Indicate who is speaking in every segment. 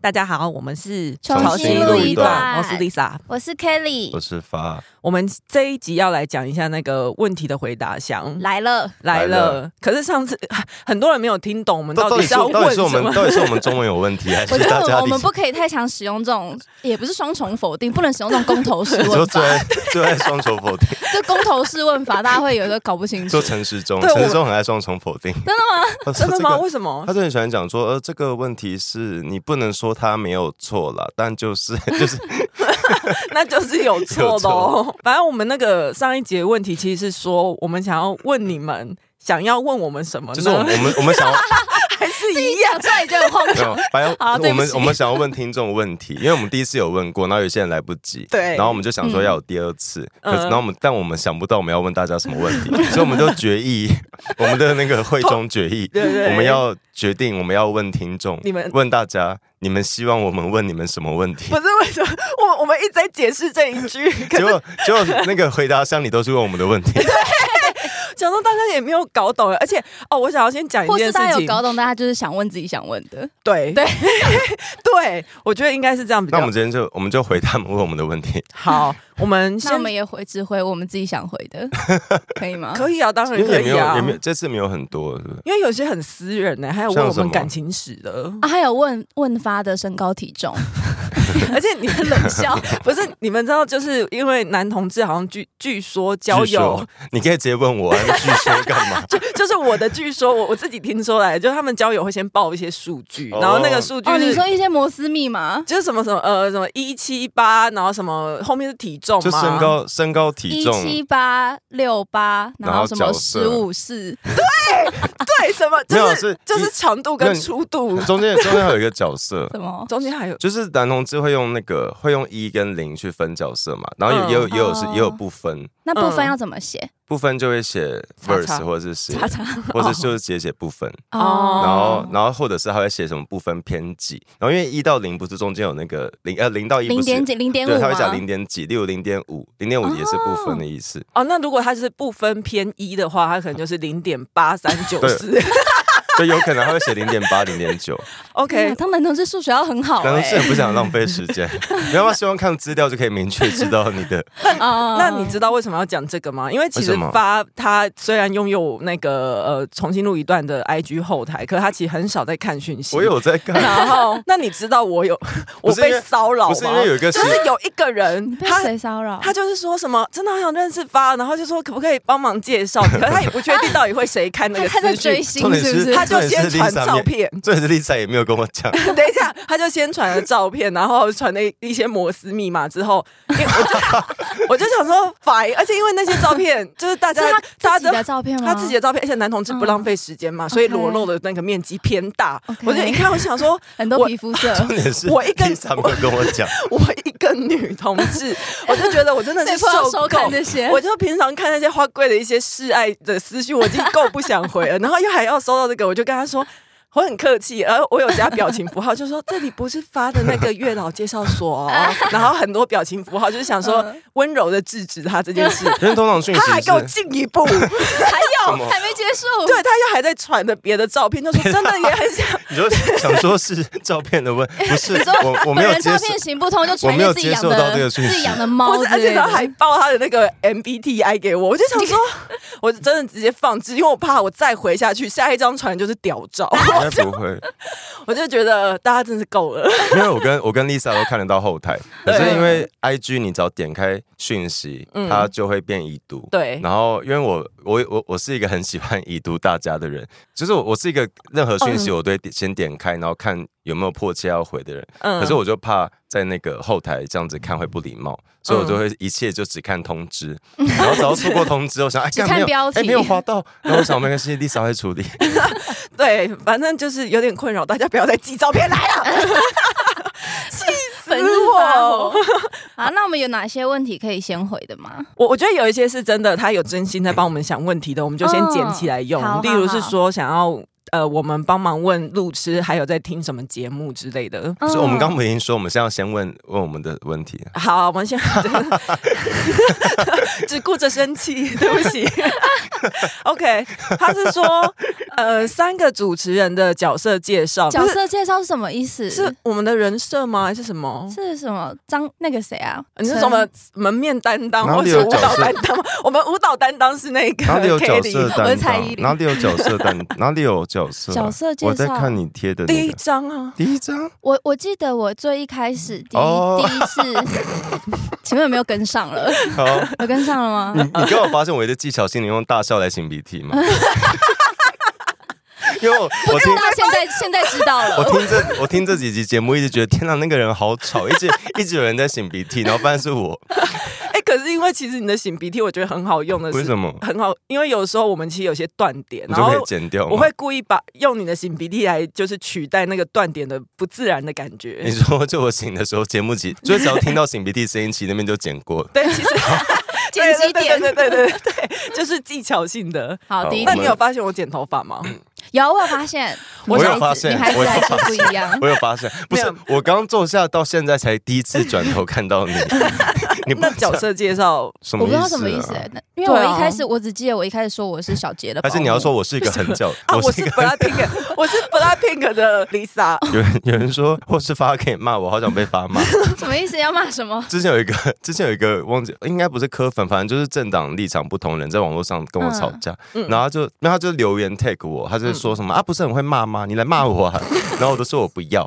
Speaker 1: 大家好，我们是
Speaker 2: 重
Speaker 1: 潮
Speaker 2: 新
Speaker 1: 汐
Speaker 2: 录一段
Speaker 1: 我是 Lisa。
Speaker 2: 我是 Kelly，
Speaker 3: 我是发，
Speaker 1: 我们这一集要来讲一下那个问题的回答箱
Speaker 2: 来了，
Speaker 1: 来
Speaker 3: 来
Speaker 1: 了
Speaker 3: 了。
Speaker 1: 可是上次 很多人没有听懂，我们到
Speaker 3: 到
Speaker 1: 底
Speaker 3: 底
Speaker 1: 是
Speaker 3: 是
Speaker 1: 要
Speaker 3: 到
Speaker 1: 问
Speaker 3: 底是我
Speaker 1: 什么
Speaker 3: 们？到底是我们中文有 问题，还
Speaker 2: 我
Speaker 3: 是
Speaker 2: 觉
Speaker 3: 大
Speaker 2: 得
Speaker 3: 家
Speaker 2: 我
Speaker 3: 理
Speaker 2: 们
Speaker 3: 解
Speaker 2: 不？可以太常使用这种，也不是双重否定，不能使用这种公投式
Speaker 3: 你说
Speaker 2: 问
Speaker 3: 最
Speaker 2: 法。
Speaker 3: 爱最爱双重否定，
Speaker 2: 就公投式问法，大家会有一个搞不清楚
Speaker 3: 说。陈时 中，
Speaker 1: 对我
Speaker 3: 陈时中很爱双重否定，真的 吗？
Speaker 1: 真的吗？为
Speaker 3: 这个
Speaker 1: 什么
Speaker 3: 他？就很喜欢讲说，呃，这个问题是你不能说他没有错啦，但就是 就是
Speaker 1: 那就是有错的
Speaker 3: 有
Speaker 1: 哦。反正我们那个上一节问题其实是说，我们想要问你们想要问我们什哦么呢？
Speaker 3: 就是我 们我们我们想要，
Speaker 1: 还是一样
Speaker 2: 讲出来就很荒
Speaker 3: 没
Speaker 2: 唐
Speaker 3: 有。反
Speaker 2: 好
Speaker 3: 正
Speaker 2: 对
Speaker 3: 我
Speaker 2: 不
Speaker 3: 们
Speaker 2: 起
Speaker 3: 我们想要问听众问题，因为我们第一次有问过，然后有些人来不及，
Speaker 1: 对
Speaker 3: 然后我们就想说要有第二次，可是
Speaker 1: 嗯
Speaker 3: 然后我们但我们想不到我们要问大家什么问 题，所以我们就决议， 我们的那个会中决议，
Speaker 1: 对对
Speaker 3: 我们要决定，我们要问听众，
Speaker 1: 你们
Speaker 3: 问大家，你们希望我们问你们什么问题
Speaker 1: 不？是为什么？我我们一直在解释这一 句，可
Speaker 3: 结
Speaker 1: 是
Speaker 3: 果结果那个回答箱里都是问我们的问题，
Speaker 1: 讲到大家也没有搞懂，而且哦，我想要先讲一
Speaker 2: 或
Speaker 1: 件
Speaker 2: 是
Speaker 1: 事
Speaker 2: 大家有
Speaker 1: 情，
Speaker 2: 搞懂，大家就是想问自己想问的。
Speaker 1: 对
Speaker 2: 对
Speaker 1: 对，我觉得应该是这样比
Speaker 3: 那我
Speaker 1: 较
Speaker 3: 们今天就我们就回他们问我们的问题，
Speaker 1: 好。我们
Speaker 2: 那 我
Speaker 1: 先
Speaker 2: 们也回只回我们自己想回 的，可以吗？
Speaker 1: 可以啊，当然
Speaker 3: 因为
Speaker 1: 可
Speaker 3: 也没
Speaker 1: 以
Speaker 3: 有
Speaker 1: 啊
Speaker 3: 也，没有这次没有很多，是不是
Speaker 1: 因为有些很私人呢、还有问
Speaker 3: 像
Speaker 1: 我
Speaker 3: 什
Speaker 1: 们
Speaker 3: 么
Speaker 1: 感情史的，
Speaker 2: 啊，还有问问发的身高体 重，
Speaker 1: 而且你们冷笑，不是你们知道，就是因为男同志好像据据说交
Speaker 3: 据
Speaker 1: 友
Speaker 3: 说 你可以直接问我，啊，你据说干嘛？
Speaker 1: 就是我的，据说我我自己听说来，就是他们交友会先报一些数据，
Speaker 3: 哦
Speaker 1: 然后那个数据
Speaker 2: 哦，你
Speaker 1: 是、
Speaker 2: 说一些摩斯密码，
Speaker 1: 就是什么什么呃什么一七八，然后什么后面是体重
Speaker 3: 就
Speaker 1: 嘛，
Speaker 3: 身高身高体
Speaker 2: 一
Speaker 3: 重，
Speaker 2: 七八六八，
Speaker 3: 然后
Speaker 2: 然后什么
Speaker 3: 角色
Speaker 2: 十五四，。
Speaker 1: 对什么
Speaker 3: 没
Speaker 1: 就
Speaker 3: 有
Speaker 1: 是
Speaker 3: 是
Speaker 1: 就是
Speaker 3: 一
Speaker 1: 长度
Speaker 3: 那
Speaker 1: 跟
Speaker 3: 你
Speaker 1: 粗度，
Speaker 3: 中间中间还有一个角色
Speaker 2: 什
Speaker 3: 嗯
Speaker 2: 么？
Speaker 1: 中间还有
Speaker 3: 就是男同志会用那个会用一跟零去分角色嘛，然
Speaker 1: 嗯
Speaker 3: 后也也有也有是
Speaker 2: 哦
Speaker 3: 也有不分，
Speaker 2: 那部
Speaker 1: 嗯
Speaker 2: 分要怎么写？
Speaker 3: 不分就会写
Speaker 1: 叉叉
Speaker 3: verse 或者是写
Speaker 2: 叉叉
Speaker 3: 或者就是直接写不分，
Speaker 1: 哦
Speaker 3: 然后然后或者是还会写什么不分偏几，然后因为一到零不是中间有那个零呃零到一不
Speaker 2: 零
Speaker 3: 是
Speaker 2: 点几零点五
Speaker 3: 对，他
Speaker 2: 吗
Speaker 3: 会？讲零点几，例如零点五，零点五也是不分的意思。
Speaker 1: 哦，那如果它是不分偏一的话，它可能就是零点八三九四。
Speaker 3: 所以有可能他会写零点八、零点九。
Speaker 2: 天哪
Speaker 1: OK，
Speaker 2: 他们同志数学要很好
Speaker 3: 但
Speaker 2: 哎、
Speaker 1: 欸
Speaker 3: 是很不想浪费时 间，你要不要希望看资料就可以明确知道你的？
Speaker 2: 啊
Speaker 1: 那 你知道为什么要讲这个吗？因为其实
Speaker 3: 为什么
Speaker 1: 发他虽然拥有那个呃重新录一段的 IG 后台，可他其实很少在看讯息。
Speaker 3: 我有 在看，
Speaker 1: 然后，那你知道我有我
Speaker 3: 不是因为
Speaker 1: 被骚扰吗？
Speaker 3: 不是因为有一个
Speaker 1: 就是是有一个人
Speaker 2: 你被
Speaker 1: 他。
Speaker 2: 谁骚扰？
Speaker 1: 他就是说什么真的好想认识发，然后就说可不可以帮忙介绍？可是他也不确定到底会谁看那个
Speaker 2: 他在
Speaker 1: 私
Speaker 2: 追
Speaker 1: 讯，
Speaker 2: 星
Speaker 3: 重点
Speaker 2: 是不
Speaker 3: 是
Speaker 2: 是？
Speaker 1: 他就先传照片。
Speaker 3: 这是 Lisa 也没有跟我 讲，
Speaker 1: 等一下，他就先传了照片，然后传了一些摩斯密码之后，因为我就 我就想说烦，而且因为那些照片就是大家
Speaker 2: 是他
Speaker 1: 大
Speaker 2: 自
Speaker 1: 家
Speaker 2: 己的
Speaker 1: 都。
Speaker 2: 照片吗？哦
Speaker 1: 他自己的照片，而且男同志不浪费时间嘛，所以裸露的那个面积偏大。
Speaker 2: OK
Speaker 1: 我就一看，我想说，
Speaker 2: 很多皮肤 色，
Speaker 3: 重点是
Speaker 1: 我一根
Speaker 3: Lisa 没有跟我讲，
Speaker 1: 我一个女同 志，我就觉得我真的
Speaker 2: 被
Speaker 1: 是
Speaker 2: 迫要
Speaker 1: 受
Speaker 2: 收
Speaker 1: 够。
Speaker 2: 看这些。
Speaker 1: 我就平常看那些花贵的一些示爱的私讯，我已经够不想回 了，然后又还要收到这个，我就跟他说。我很客气，然后我有加表情符号，就说这里不是发的那个月老介绍所 哦、然后很多表情符号，就是想说
Speaker 2: 嗯
Speaker 1: 温柔的制止他这件事。
Speaker 3: 因为通常讯
Speaker 1: 他还
Speaker 3: 息
Speaker 1: 给我
Speaker 3: 是
Speaker 1: 进一 步，对
Speaker 2: 还
Speaker 3: 什
Speaker 2: 有
Speaker 3: 么
Speaker 2: 还没结束，
Speaker 1: 他又还在传的别的照片，就说真的也很想，
Speaker 3: 你就想说是照片的问，不是我我没
Speaker 2: 本
Speaker 3: 有
Speaker 2: 人
Speaker 3: 接
Speaker 2: 照
Speaker 3: 受，
Speaker 2: 片行不通，就传
Speaker 3: 我
Speaker 2: 一
Speaker 3: 没有
Speaker 2: 些自己养
Speaker 3: 接受到这
Speaker 2: 的
Speaker 3: 个讯息
Speaker 2: 自己养的 猫
Speaker 1: 不是，
Speaker 2: 哦之
Speaker 1: 而
Speaker 2: 类
Speaker 1: 且
Speaker 2: 的，
Speaker 1: 他还报他的那个 MBTI 给我，我就想 说，我真的直接放置，因为我怕我再回下去，下一张传的就是屌 照，
Speaker 3: 应该不会。
Speaker 1: 我就觉得大家真是够 了。
Speaker 3: 因为我跟我跟 Lisa 都看得到后台，可
Speaker 1: 对嗯
Speaker 3: 是因为 IG 你只要点开讯息，它就会变已读。
Speaker 1: 对
Speaker 3: 然后因为我我我我是一个很喜欢已读大家的人，就是我我是一个任何讯息我都会点先点开，然后看有没有迫切要回的人。
Speaker 1: 嗯
Speaker 3: 可是我就怕在那个后台这样子看会不礼
Speaker 2: 嗯
Speaker 3: 貌，所以我就会一切就只看通知，然后只要错过通知，我想 哎，
Speaker 2: 只
Speaker 3: 干
Speaker 2: 看
Speaker 3: 没有
Speaker 2: 标题
Speaker 3: 哎没有滑到，然后我想没关系，Lisa 会处理。
Speaker 1: 对，反正就是有点困扰，大家不要再寄照片来了。
Speaker 2: 愤怒 发火。哦好，那我们有哪些问题可以先回的吗？
Speaker 1: 我我觉得有一些是真的，他有真心在帮我们想问题的，我们就先捡起来用。
Speaker 2: 哦好
Speaker 1: 例如是说想要呃，我们帮忙问路痴，还有在听什么节目之类的。
Speaker 2: 嗯
Speaker 3: 所以我们刚刚不已经说，我们现在要先问问我们的问题，
Speaker 1: 好，我们先 只顾着生 气，对不起。OK，他是说，呃，三个主持人的角色介绍，
Speaker 2: 角
Speaker 1: 不是
Speaker 2: 色介绍是什么意思？
Speaker 1: 是我们的人设吗？还是什么？
Speaker 2: 是什么张那个谁啊？
Speaker 1: 你是什么门面担当，
Speaker 3: 哪
Speaker 1: 或
Speaker 3: 里
Speaker 1: 是
Speaker 3: 有
Speaker 1: 舞
Speaker 3: 角
Speaker 1: 蹈
Speaker 3: 色
Speaker 1: 担当吗？我们舞蹈担当是那个
Speaker 3: 哪里有角
Speaker 1: Kelly
Speaker 3: 色
Speaker 2: 我
Speaker 3: 担
Speaker 2: 是蔡依
Speaker 3: 当？
Speaker 2: 林
Speaker 3: 哪里有角色担？ 哪里有角色啊？
Speaker 2: 角色介绍
Speaker 3: 我在看你贴的
Speaker 1: 第
Speaker 3: 那
Speaker 1: 一
Speaker 3: 个
Speaker 1: 张啊，
Speaker 3: 第一张，
Speaker 2: 我我记得我最一开始第一、
Speaker 3: 哦
Speaker 2: 第一次， 请问有没有跟上了？
Speaker 3: 好，
Speaker 2: 有跟上了
Speaker 3: 你
Speaker 2: 吗？
Speaker 3: 你刚好发现我的技巧性，你用大笑来擤鼻 涕吗？因为我我听
Speaker 2: 到现在现在知道
Speaker 3: 我
Speaker 2: 了，
Speaker 3: 听这我听这几集节目，一直觉得天哪，那个人好吵，一直 一直有人在擤鼻涕，然后发现 是我，
Speaker 1: 哎、可是因为其实你的擤鼻涕，我觉得很好用的是，
Speaker 3: 为什么？
Speaker 1: 很好，因为有时候我们其实有些断点，
Speaker 3: 你
Speaker 1: 然
Speaker 3: 就
Speaker 1: 后
Speaker 3: 可以剪掉吗。
Speaker 1: 我会故意把用你的擤鼻涕来，就是取代那个断点的不自然的感
Speaker 3: 你
Speaker 1: 觉。
Speaker 3: 说就我醒的时候，节目起，就只要听到擤鼻涕声音，其实那边就剪过 了。
Speaker 1: 对，其实
Speaker 2: 剪辑点
Speaker 1: 对对对对对对对，就是技巧性的。
Speaker 2: 好，第一
Speaker 1: 那
Speaker 2: 题
Speaker 1: 你有发现我剪头发吗？
Speaker 2: 有我有发现，
Speaker 3: 我
Speaker 2: 女孩
Speaker 3: 有
Speaker 2: 子
Speaker 3: 发现
Speaker 2: 女孩子
Speaker 3: 我有
Speaker 2: 还是
Speaker 3: 发
Speaker 2: 不一 样。
Speaker 3: 我有发现，不是
Speaker 1: 没有
Speaker 3: 我刚坐下到现在才第一次转头看到你，你不
Speaker 1: 那角色介绍，
Speaker 3: 什
Speaker 2: 我不
Speaker 3: 么意
Speaker 2: 知
Speaker 3: 思、
Speaker 2: 道
Speaker 3: 啊？
Speaker 2: 什么意思、欸，那因为
Speaker 1: 对
Speaker 2: 我
Speaker 1: 啊
Speaker 2: 一开始、我只记得我一开始说我是小杰的保
Speaker 3: 还
Speaker 2: 姆，
Speaker 3: 是你要说我是一个很角，
Speaker 1: 啊，我是
Speaker 3: 是一个
Speaker 1: BLACKPINK，我是 BLACKPINK 的 Lisa。
Speaker 3: 有人有人说，或是发可以骂我，好想被发骂。
Speaker 2: 什么意思？要骂什么？
Speaker 3: 之前有一个， 之前有一个忘记，应该不是柯粉，反正就是政党立场不同的人在网络上跟我
Speaker 2: 嗯
Speaker 3: 吵架，然后他就然后他就留言 take 我，他就说什么、啊，不是很会骂吗？你来骂我、啊， 然后我都说我不 要，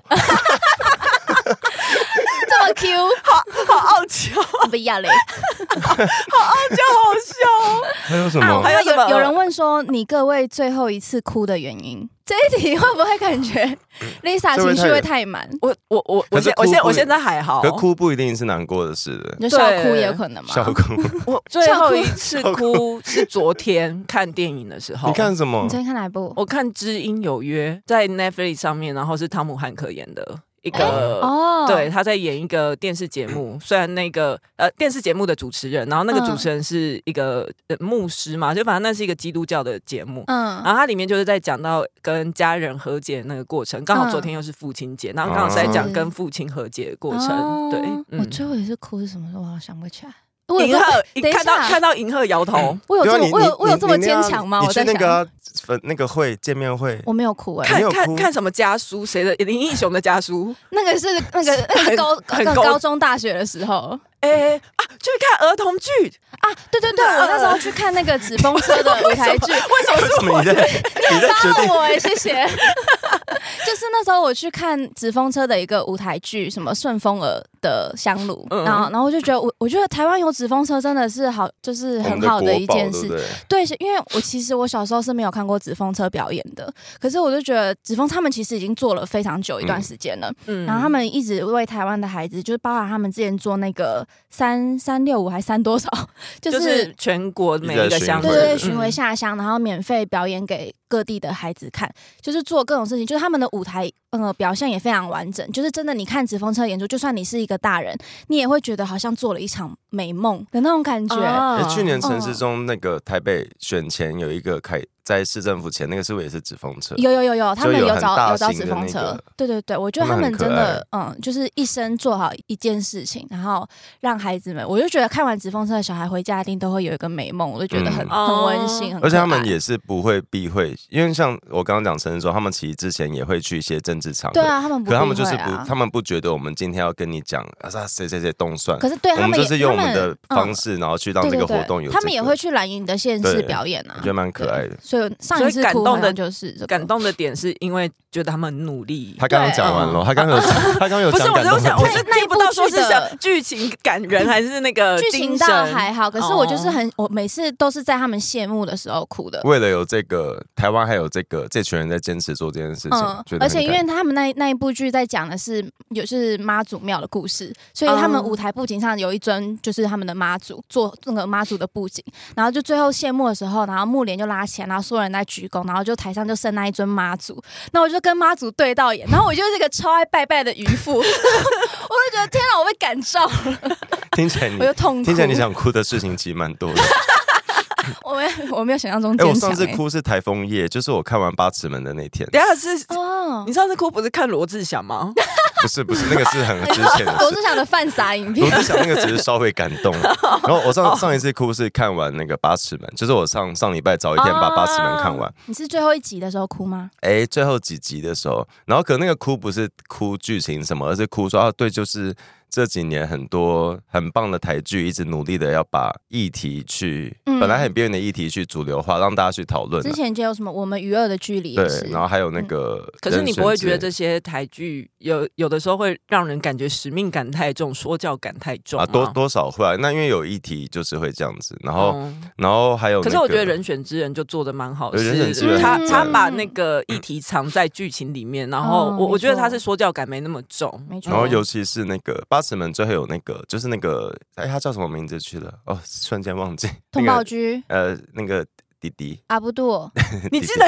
Speaker 2: 这么 Q，
Speaker 1: 好傲娇，好
Speaker 2: 不要嘞。
Speaker 1: 好笑哦！
Speaker 3: 还有什么？
Speaker 2: 啊，我
Speaker 1: 还
Speaker 2: 还
Speaker 1: 有
Speaker 2: 有
Speaker 1: 什么
Speaker 2: 有有人问说，你各位最后一次哭的原因？这一题会不会感觉 Lisa
Speaker 3: 这位
Speaker 2: 情
Speaker 3: 太
Speaker 2: 绪会太满？
Speaker 1: 我我我我
Speaker 3: 可是
Speaker 1: 现
Speaker 3: 哭
Speaker 1: 我现我
Speaker 3: 会
Speaker 1: 现在还好
Speaker 3: 可 是，哭不一定是难过的事的，
Speaker 2: 你就笑哭也有可能嘛？
Speaker 3: 笑哭。
Speaker 1: 我最后
Speaker 2: 哭
Speaker 1: 一次哭是昨天看电影的时候。
Speaker 3: 你看什么
Speaker 2: 你？最近看哪一部？
Speaker 1: 我看《知音有约》在 Netflix 上面，然后是汤姆汉克演的一个。
Speaker 2: 哦，
Speaker 1: 对，，他在演一个电视节 目，嗯虽然那个呃电视节目的主持人，然后那个
Speaker 2: 嗯
Speaker 1: 主持人是一个、呃、牧师嘛，就反正那是一个基督教的节目，
Speaker 2: 嗯
Speaker 1: 然后它里面就是在讲到跟家人和解那个过程，刚好
Speaker 2: 嗯哦
Speaker 1: 昨天又是父亲节，然后刚好是在讲
Speaker 2: 是
Speaker 1: 跟父亲和解的过程，
Speaker 2: 哦
Speaker 1: 对，
Speaker 2: 我
Speaker 1: 嗯。
Speaker 2: 最后一次哭是什么时候？我好像想不起来。我
Speaker 1: 银
Speaker 2: 有
Speaker 1: 赫一
Speaker 2: 等一
Speaker 1: 看到
Speaker 2: 下嗯
Speaker 1: 看到银赫摇头，
Speaker 2: 我有
Speaker 3: 对啊
Speaker 2: 这么
Speaker 3: 你
Speaker 2: 我
Speaker 3: 你
Speaker 2: 有我有
Speaker 3: 你
Speaker 2: 这么
Speaker 3: 你那样
Speaker 2: 坚强吗？
Speaker 3: 你
Speaker 2: 我
Speaker 3: 去
Speaker 2: 在
Speaker 3: 那个
Speaker 2: 想，
Speaker 3: 啊粉那个会见面会，
Speaker 2: 我没有哭哎，
Speaker 3: 没
Speaker 1: 看
Speaker 3: 有
Speaker 1: 看
Speaker 3: 哭
Speaker 1: 看什么家书，谁的林英雄的家书，
Speaker 2: 那个是那 个那
Speaker 1: 很
Speaker 2: 个高
Speaker 1: 很
Speaker 2: 高
Speaker 1: 高
Speaker 2: 高中大学的时 候。
Speaker 1: 哎、啊，去看儿童剧，
Speaker 2: 啊，对对对，我那时候去看那个纸风车的舞台剧， 为什么
Speaker 3: 为 什么你在你在决
Speaker 2: 杀
Speaker 3: 定
Speaker 2: 了我、欸？谢谢。 就是那时候我去看纸风车的一个舞台剧，什么顺风耳的香炉，
Speaker 1: 嗯
Speaker 2: 然后然后我就觉得我我觉得台湾有纸风车真的是好，就是
Speaker 3: 我们
Speaker 2: 很
Speaker 3: 的
Speaker 2: 好的
Speaker 3: 国
Speaker 2: 一
Speaker 3: 宝
Speaker 2: 件
Speaker 3: 对
Speaker 2: 事
Speaker 3: 不对
Speaker 2: 对，是因为我其实我小时候是没有看过纸风车表演的，可是我就觉得纸风他们其实已经做了非常久一段时间了，
Speaker 1: 嗯
Speaker 2: 然后他们一直为台湾的孩子，就是包含他们之前做那个三三六五还三多少，就
Speaker 1: 就是是全国每一个乡
Speaker 2: 对
Speaker 3: 对
Speaker 1: 村，
Speaker 2: 对，
Speaker 3: 嗯
Speaker 2: 对巡回下乡，然后免费表演给各地的孩子看，就是做各种事情，就是他们的舞台呃表现也非常完整，就是真的你看纸风车演出，就算你是一个大人，你也会觉得好像做了一场美梦的那种感觉。
Speaker 1: 啊
Speaker 3: 哎诶去年
Speaker 2: 嗯
Speaker 3: 陈市中那个台北选前有一个开在市政府前，那个是不是也是纸风车？
Speaker 2: 有有有有，他
Speaker 3: 就
Speaker 2: 们
Speaker 3: 有
Speaker 2: 有
Speaker 3: 很
Speaker 2: 找
Speaker 3: 大
Speaker 2: 有找
Speaker 3: 型
Speaker 2: 纸
Speaker 3: 的
Speaker 2: 风
Speaker 3: 那
Speaker 2: 车
Speaker 3: 个，
Speaker 2: 对对对，我觉得
Speaker 3: 他
Speaker 2: 他
Speaker 3: 们
Speaker 2: 们
Speaker 3: 很可
Speaker 2: 真的，嗯，就是一生做好一件事情，然后让孩子们，我就觉得看完纸风车的小孩回家一定都会有一个美梦，我就觉得很、
Speaker 1: 嗯
Speaker 2: 很温馨，很
Speaker 3: 而且他们
Speaker 2: 可爱
Speaker 3: 也是不会避讳，因为像我刚刚讲陈市中，他们其实之前也会去一些政治场合，
Speaker 2: 对啊，他们不
Speaker 3: 可他们就是
Speaker 2: 避
Speaker 3: 不
Speaker 2: 讳，啊
Speaker 3: 他们不觉得我们今天要跟你讲啊谁谁谁动算，
Speaker 2: 可是对
Speaker 3: 我
Speaker 2: 他
Speaker 3: 们
Speaker 2: 们也
Speaker 3: 就是用我们
Speaker 2: 他
Speaker 3: 的方式，然后去让这个
Speaker 2: 对对
Speaker 3: 活
Speaker 2: 对
Speaker 3: 动有这个。
Speaker 2: 他们也会去蓝云的县市
Speaker 3: 对
Speaker 2: 表演啊
Speaker 3: 我觉，得蛮可爱的
Speaker 2: 对。所对，上一次
Speaker 1: 所以感
Speaker 2: 哭
Speaker 1: 动
Speaker 2: 好像
Speaker 1: 的
Speaker 2: 就是这个
Speaker 1: 感。动的点是因为觉得他们很努力。
Speaker 3: 他刚刚
Speaker 2: 嗯
Speaker 3: 讲完了，他刚 刚有他刚刚有
Speaker 1: 不是，
Speaker 3: 讲
Speaker 1: 我
Speaker 3: 感
Speaker 1: 就
Speaker 3: 动
Speaker 1: 想，
Speaker 3: 的
Speaker 1: 我
Speaker 3: 点
Speaker 1: 是
Speaker 2: 那一
Speaker 1: 听不到
Speaker 2: 部
Speaker 1: 说
Speaker 2: 剧
Speaker 1: 是
Speaker 2: 的
Speaker 1: 想剧情感人还是那个
Speaker 2: 剧
Speaker 1: 精
Speaker 2: 情
Speaker 1: 神
Speaker 2: 倒还好，可是我就是
Speaker 1: 哦
Speaker 2: 很，我每次都是在他们谢幕的时候哭的。
Speaker 3: 为了有这个台湾还有这个这群人在坚持做这件事情，觉得
Speaker 2: 嗯而
Speaker 3: 很
Speaker 2: 且因为
Speaker 3: 感
Speaker 2: 他们那那一部剧在讲的是有是妈祖庙的故事，所以他们
Speaker 1: 哦
Speaker 2: 舞台布景上有一尊就是他们的妈祖做那个妈祖的布景，然后就最后谢幕的时候，然后幕帘就拉起来，然后所有人在鞠躬，然后就台上就剩那一尊妈祖，那我就跟妈祖对到眼，然后我就是一个超爱拜拜的渔夫， 我就觉得天哪，我被感召了，
Speaker 3: 听起来你
Speaker 2: 我就痛哭。
Speaker 3: 听起来你想哭的事情其实蛮多的。
Speaker 2: 我没有我没有想象中
Speaker 3: 哎，我
Speaker 2: 坚强、
Speaker 3: 上次
Speaker 2: 欸
Speaker 3: 哭是台风夜，就是我看完《八尺门》的那天，
Speaker 1: 等一下是，
Speaker 2: 哦
Speaker 1: 你，上次哭不是看罗志祥 吗？
Speaker 3: 不是不是，那个是很之 前的
Speaker 2: 罗
Speaker 3: 事
Speaker 2: 志。祥的犯傻影
Speaker 3: 罗
Speaker 2: 片，
Speaker 3: 志祥那个只是稍微感动，然后我
Speaker 1: 哦
Speaker 3: 上上一次哭是看完那个《八尺门》，就是我上上礼拜早一天把
Speaker 2: 哦
Speaker 3: 《八尺门》看完，
Speaker 2: 你是最后一集的时候哭吗？
Speaker 3: 哎，最后几集的时候，然后可能那个哭不是哭剧情什么，而是哭说啊，对，就是这几年很多很棒的台剧一直努力的要把议题去、
Speaker 2: 嗯
Speaker 3: 本来很边缘的议题去主流化，让大家去讨论啊、
Speaker 2: 之前就有什么我们娱乐的距离也是
Speaker 3: 对，，然后还有那个、
Speaker 1: 嗯可是你不会觉得这？些台剧有有的时候会让人感觉使命感太重，说教感太重
Speaker 3: 啊，多
Speaker 1: 吗
Speaker 3: 多少会啊，那因为有议题就是会这样子，然后、
Speaker 1: 嗯
Speaker 3: 然后还有那
Speaker 1: 可
Speaker 3: 个、
Speaker 1: 是我觉得《人选之人》就做的蛮好，
Speaker 3: 对人选之
Speaker 1: 是
Speaker 3: 人
Speaker 1: 他
Speaker 2: 嗯
Speaker 1: 他把那个议题藏在剧情里面，然后
Speaker 2: 嗯
Speaker 1: 我我觉得
Speaker 2: 没错
Speaker 1: 他是说教感没那么重，
Speaker 2: 没错
Speaker 3: 然后
Speaker 1: 嗯
Speaker 3: 尤其是那个八尺门最后有那个，就是那个，哎，他叫什么名字去了？哦，瞬间忘记。
Speaker 2: 通
Speaker 3: 那
Speaker 2: 报
Speaker 3: 个
Speaker 2: 局、
Speaker 3: 呃，那个弟弟，
Speaker 2: 阿布杜，
Speaker 1: 你竟然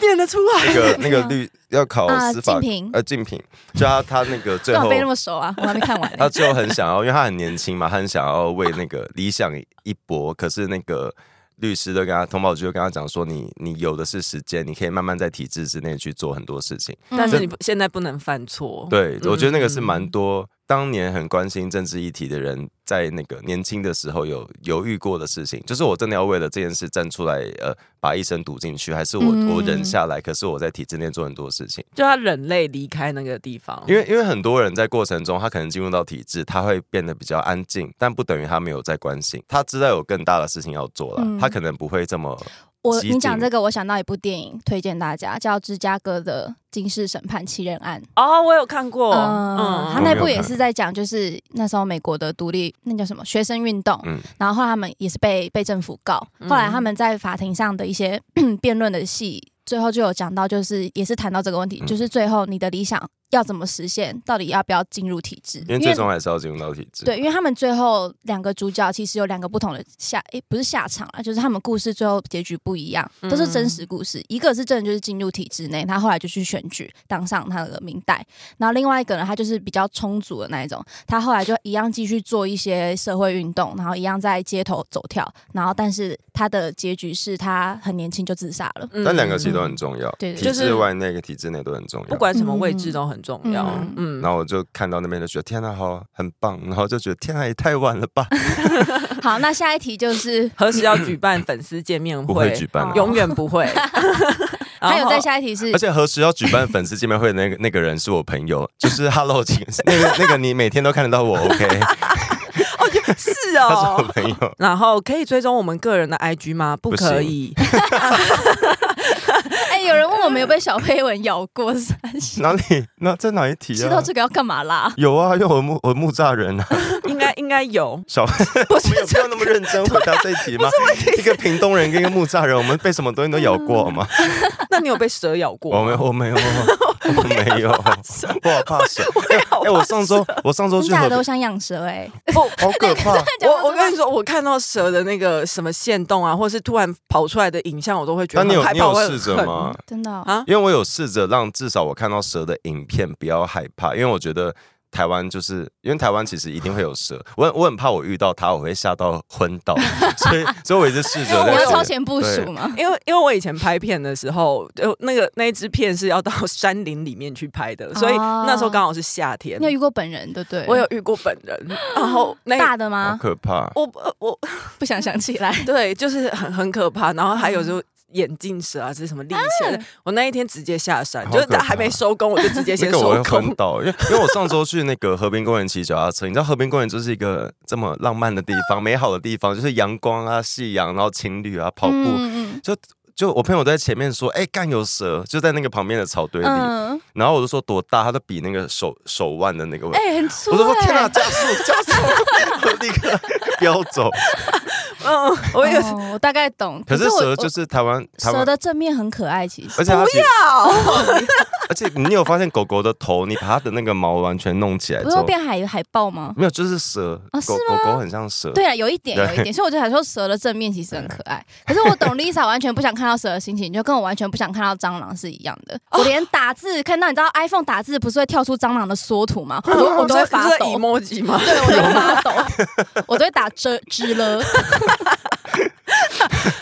Speaker 1: 变得出
Speaker 3: 那
Speaker 1: 来，
Speaker 3: 个那个律要考
Speaker 2: 啊
Speaker 3: 司法
Speaker 2: 竞评
Speaker 3: 呃竞品，就他他那个最
Speaker 2: 干嘛
Speaker 3: 后
Speaker 2: 背那么熟啊？我还没看完、
Speaker 3: 他
Speaker 2: 呢。
Speaker 3: 最后很想要，因为他很年轻嘛，他很想要为那个理想一搏。可是那个律师都跟他通报局就跟他讲说，你你有的是时间，你可以慢慢在体制之内去做很多事情。
Speaker 1: 但是
Speaker 2: 嗯
Speaker 1: 你不现在不能犯错。
Speaker 3: 对，我觉得那个是蛮
Speaker 1: 哦嗯
Speaker 3: 多当年很关心政治议题的人，在那个年轻的时候有犹豫过的事情，就是我真的要为了这件事站出来，呃，把一生赌进去，还是我、
Speaker 2: 嗯
Speaker 3: 我忍下来？可是我在体制内做很多事情，
Speaker 1: 就他人类离开那个地方，
Speaker 3: 因为因为很多人在过程中，他可能进入到体制，他会变得比较安静，但不等于他没有在关心，他知道有更大的事情要做了，
Speaker 2: 嗯
Speaker 3: 他可能不会这么
Speaker 2: 我
Speaker 3: 集
Speaker 2: 你
Speaker 3: 锦
Speaker 2: 讲这个，我想到一部电影，推荐大家叫《芝加哥的惊世审判七人案》。
Speaker 1: 哦，我有看过，
Speaker 2: 嗯，
Speaker 1: 嗯，
Speaker 2: 他
Speaker 3: 没
Speaker 2: 那
Speaker 3: 有
Speaker 2: 部也
Speaker 3: 看
Speaker 2: 是在讲，就是那时候美国的独立那叫什么学生运动，
Speaker 3: 嗯
Speaker 2: 然后后来他们也是被被政府告，
Speaker 1: 嗯
Speaker 2: 后来他们在法庭上的一些辩论的戏，最后就有讲到，就是也是谈到这个问题，
Speaker 3: 嗯
Speaker 2: 就是最后你的理想要怎么实现，到底要不要进入体制？
Speaker 3: 因为最终还是要进入到体制。
Speaker 2: 对，因为他们最后两个主角其实有两个不同的下，诶、不是下场啊，就是他们故事最后结局不一样，都是真
Speaker 3: 嗯
Speaker 2: 实故事。一个是真的就是进入体制内，他后来就去选举，当上他的明代；然后另外一个呢，他就是比较充足的那一种，他后来就一样继续做一些社会运动，然后一样在街头走跳，然后但是他的结局是他很年轻就自杀 了。
Speaker 1: 嗯
Speaker 3: 哦但两个其实都很重要，
Speaker 2: 对对
Speaker 3: 体
Speaker 1: 就是
Speaker 3: 制外那个体制内都很重要。
Speaker 1: 不管什么位置都很重要
Speaker 2: 嗯，
Speaker 1: 嗯，
Speaker 3: 然后我就看到那边就觉得天呐，好很棒，然后就觉得天啊呐，也太晚了吧，
Speaker 2: 好，那下一题 就是。
Speaker 1: 何时要举办粉丝见面
Speaker 3: 不会举办
Speaker 2: 哦
Speaker 3: 了。
Speaker 1: 永远不 会。
Speaker 2: 还
Speaker 1: 然
Speaker 2: 有
Speaker 1: 后
Speaker 2: 再下一题是
Speaker 3: 哦而，且何时要举办粉丝见面会的那个那个人是我朋友，就是 Hello，请 那个那个你每天都看得到我 OK，
Speaker 1: 哦， 就是
Speaker 3: 他是我
Speaker 1: 哦。
Speaker 3: 朋友。
Speaker 1: 然后可以追踪我们个人的 IG 吗？不
Speaker 3: 不行
Speaker 1: 可以。
Speaker 2: 哎、有人问我们有被小黑蚊咬过，是
Speaker 3: 哪里？那在 哪一题
Speaker 2: 知道
Speaker 3: 啊
Speaker 2: 这？个要干嘛啦？
Speaker 3: 有啊，因为我木我木栅人啊，。
Speaker 1: 应该应该有
Speaker 3: 小
Speaker 1: 不
Speaker 3: 我们有必要那么认真回答这一题吗？一个屏东人跟一个木栅人，我们被什么东西都咬过好吗？
Speaker 1: 那你有被蛇咬过吗？
Speaker 3: 我没有，我没有，我没有，我好怕蛇。哎，我上周我上周
Speaker 2: 真
Speaker 3: 去
Speaker 2: 假
Speaker 3: 河
Speaker 2: 的，我
Speaker 3: 边，
Speaker 2: 想养蛇哎、
Speaker 1: 不。
Speaker 3: 好可怕。
Speaker 1: 我我跟你说，我看到蛇的那个什么线动啊，或是突然跑出来的影像，我都会觉
Speaker 3: 那
Speaker 1: 得很
Speaker 3: 你有
Speaker 1: 害
Speaker 3: 你
Speaker 1: 怕。
Speaker 3: 有
Speaker 1: 我会
Speaker 3: 试着
Speaker 1: 很
Speaker 3: 吗？
Speaker 2: 真的哦、
Speaker 1: 啊
Speaker 3: 因为我有试着让至少我看到蛇的影片不要害怕，因为我觉得台湾就是因为台湾其实一定会有蛇，我很我很怕我遇到它，我会吓到昏 倒，所以所以我一直试着
Speaker 2: 你
Speaker 3: 在
Speaker 2: 要
Speaker 3: 做
Speaker 2: 超前部署吗？
Speaker 1: 因为因为我以前拍片的时候，就那个那一支片是要到 山林里面去拍的，所以
Speaker 2: 哦
Speaker 1: 那时候刚好是夏天
Speaker 2: 你。有遇过本人对不对？
Speaker 1: 我有遇过本人，然 后那
Speaker 2: 大的
Speaker 3: 好
Speaker 2: 吗？
Speaker 3: 可怕。
Speaker 1: 我呃我
Speaker 2: 不想想起来。
Speaker 1: 对，就是很很可怕。然后还
Speaker 2: 嗯
Speaker 1: 有就眼镜蛇啊，这是什么力气啊？我那一天直接下山，
Speaker 3: 好
Speaker 1: 就是
Speaker 3: 可怕
Speaker 1: 还没收工，我就直接
Speaker 3: 那
Speaker 1: 先
Speaker 3: 个我
Speaker 1: 收
Speaker 3: 会昏
Speaker 1: 工。
Speaker 3: 倒，因为因为我上周去那个河滨公园骑脚踏车，你知道河滨公园就是一个这么浪漫的地方、美好的地方，就是阳光啊、夕阳，然后情侣啊、跑步，
Speaker 2: 嗯嗯嗯
Speaker 3: 就就我朋友在前面说，哎、干有蛇，就在那个旁边的草堆里，
Speaker 2: 嗯，
Speaker 3: 然后我就说多大，他都比那个手手腕的那个位置。
Speaker 2: 哎，很粗
Speaker 3: 我就说天哪，
Speaker 2: 哎。
Speaker 3: 加速加速！ 我立刻飙走。
Speaker 1: 嗯，我也是。
Speaker 2: 哦我大概懂。
Speaker 3: 可是
Speaker 2: 我
Speaker 3: 蛇就
Speaker 2: 我
Speaker 3: 是台湾台
Speaker 2: 蛇
Speaker 3: 湾，
Speaker 2: 的正面很可爱，其实
Speaker 3: 而且它其实
Speaker 1: 好
Speaker 2: 哦
Speaker 3: 而且你有发现狗狗的头，你把它的那个毛完全弄起来
Speaker 2: 不
Speaker 3: 之
Speaker 2: 是会
Speaker 3: 后，
Speaker 2: 变海海豹吗？
Speaker 3: 没有就是蛇，
Speaker 2: 啊是
Speaker 3: 狗狗狗很像蛇。
Speaker 2: 对啊，有一点，
Speaker 3: 对
Speaker 2: 有一点，所以我就想说蛇的正面其实很可爱。可是我懂 Lisa 完全不想看到蛇的心情，就跟我完全不想看到蟑螂是一样的。我连打字看到，你知道 iPhone 打字不是会跳出蟑螂的缩图吗？我都我 都会发抖，
Speaker 1: emoji 吗？
Speaker 2: 对，我都会发抖， 我都会打遮之了。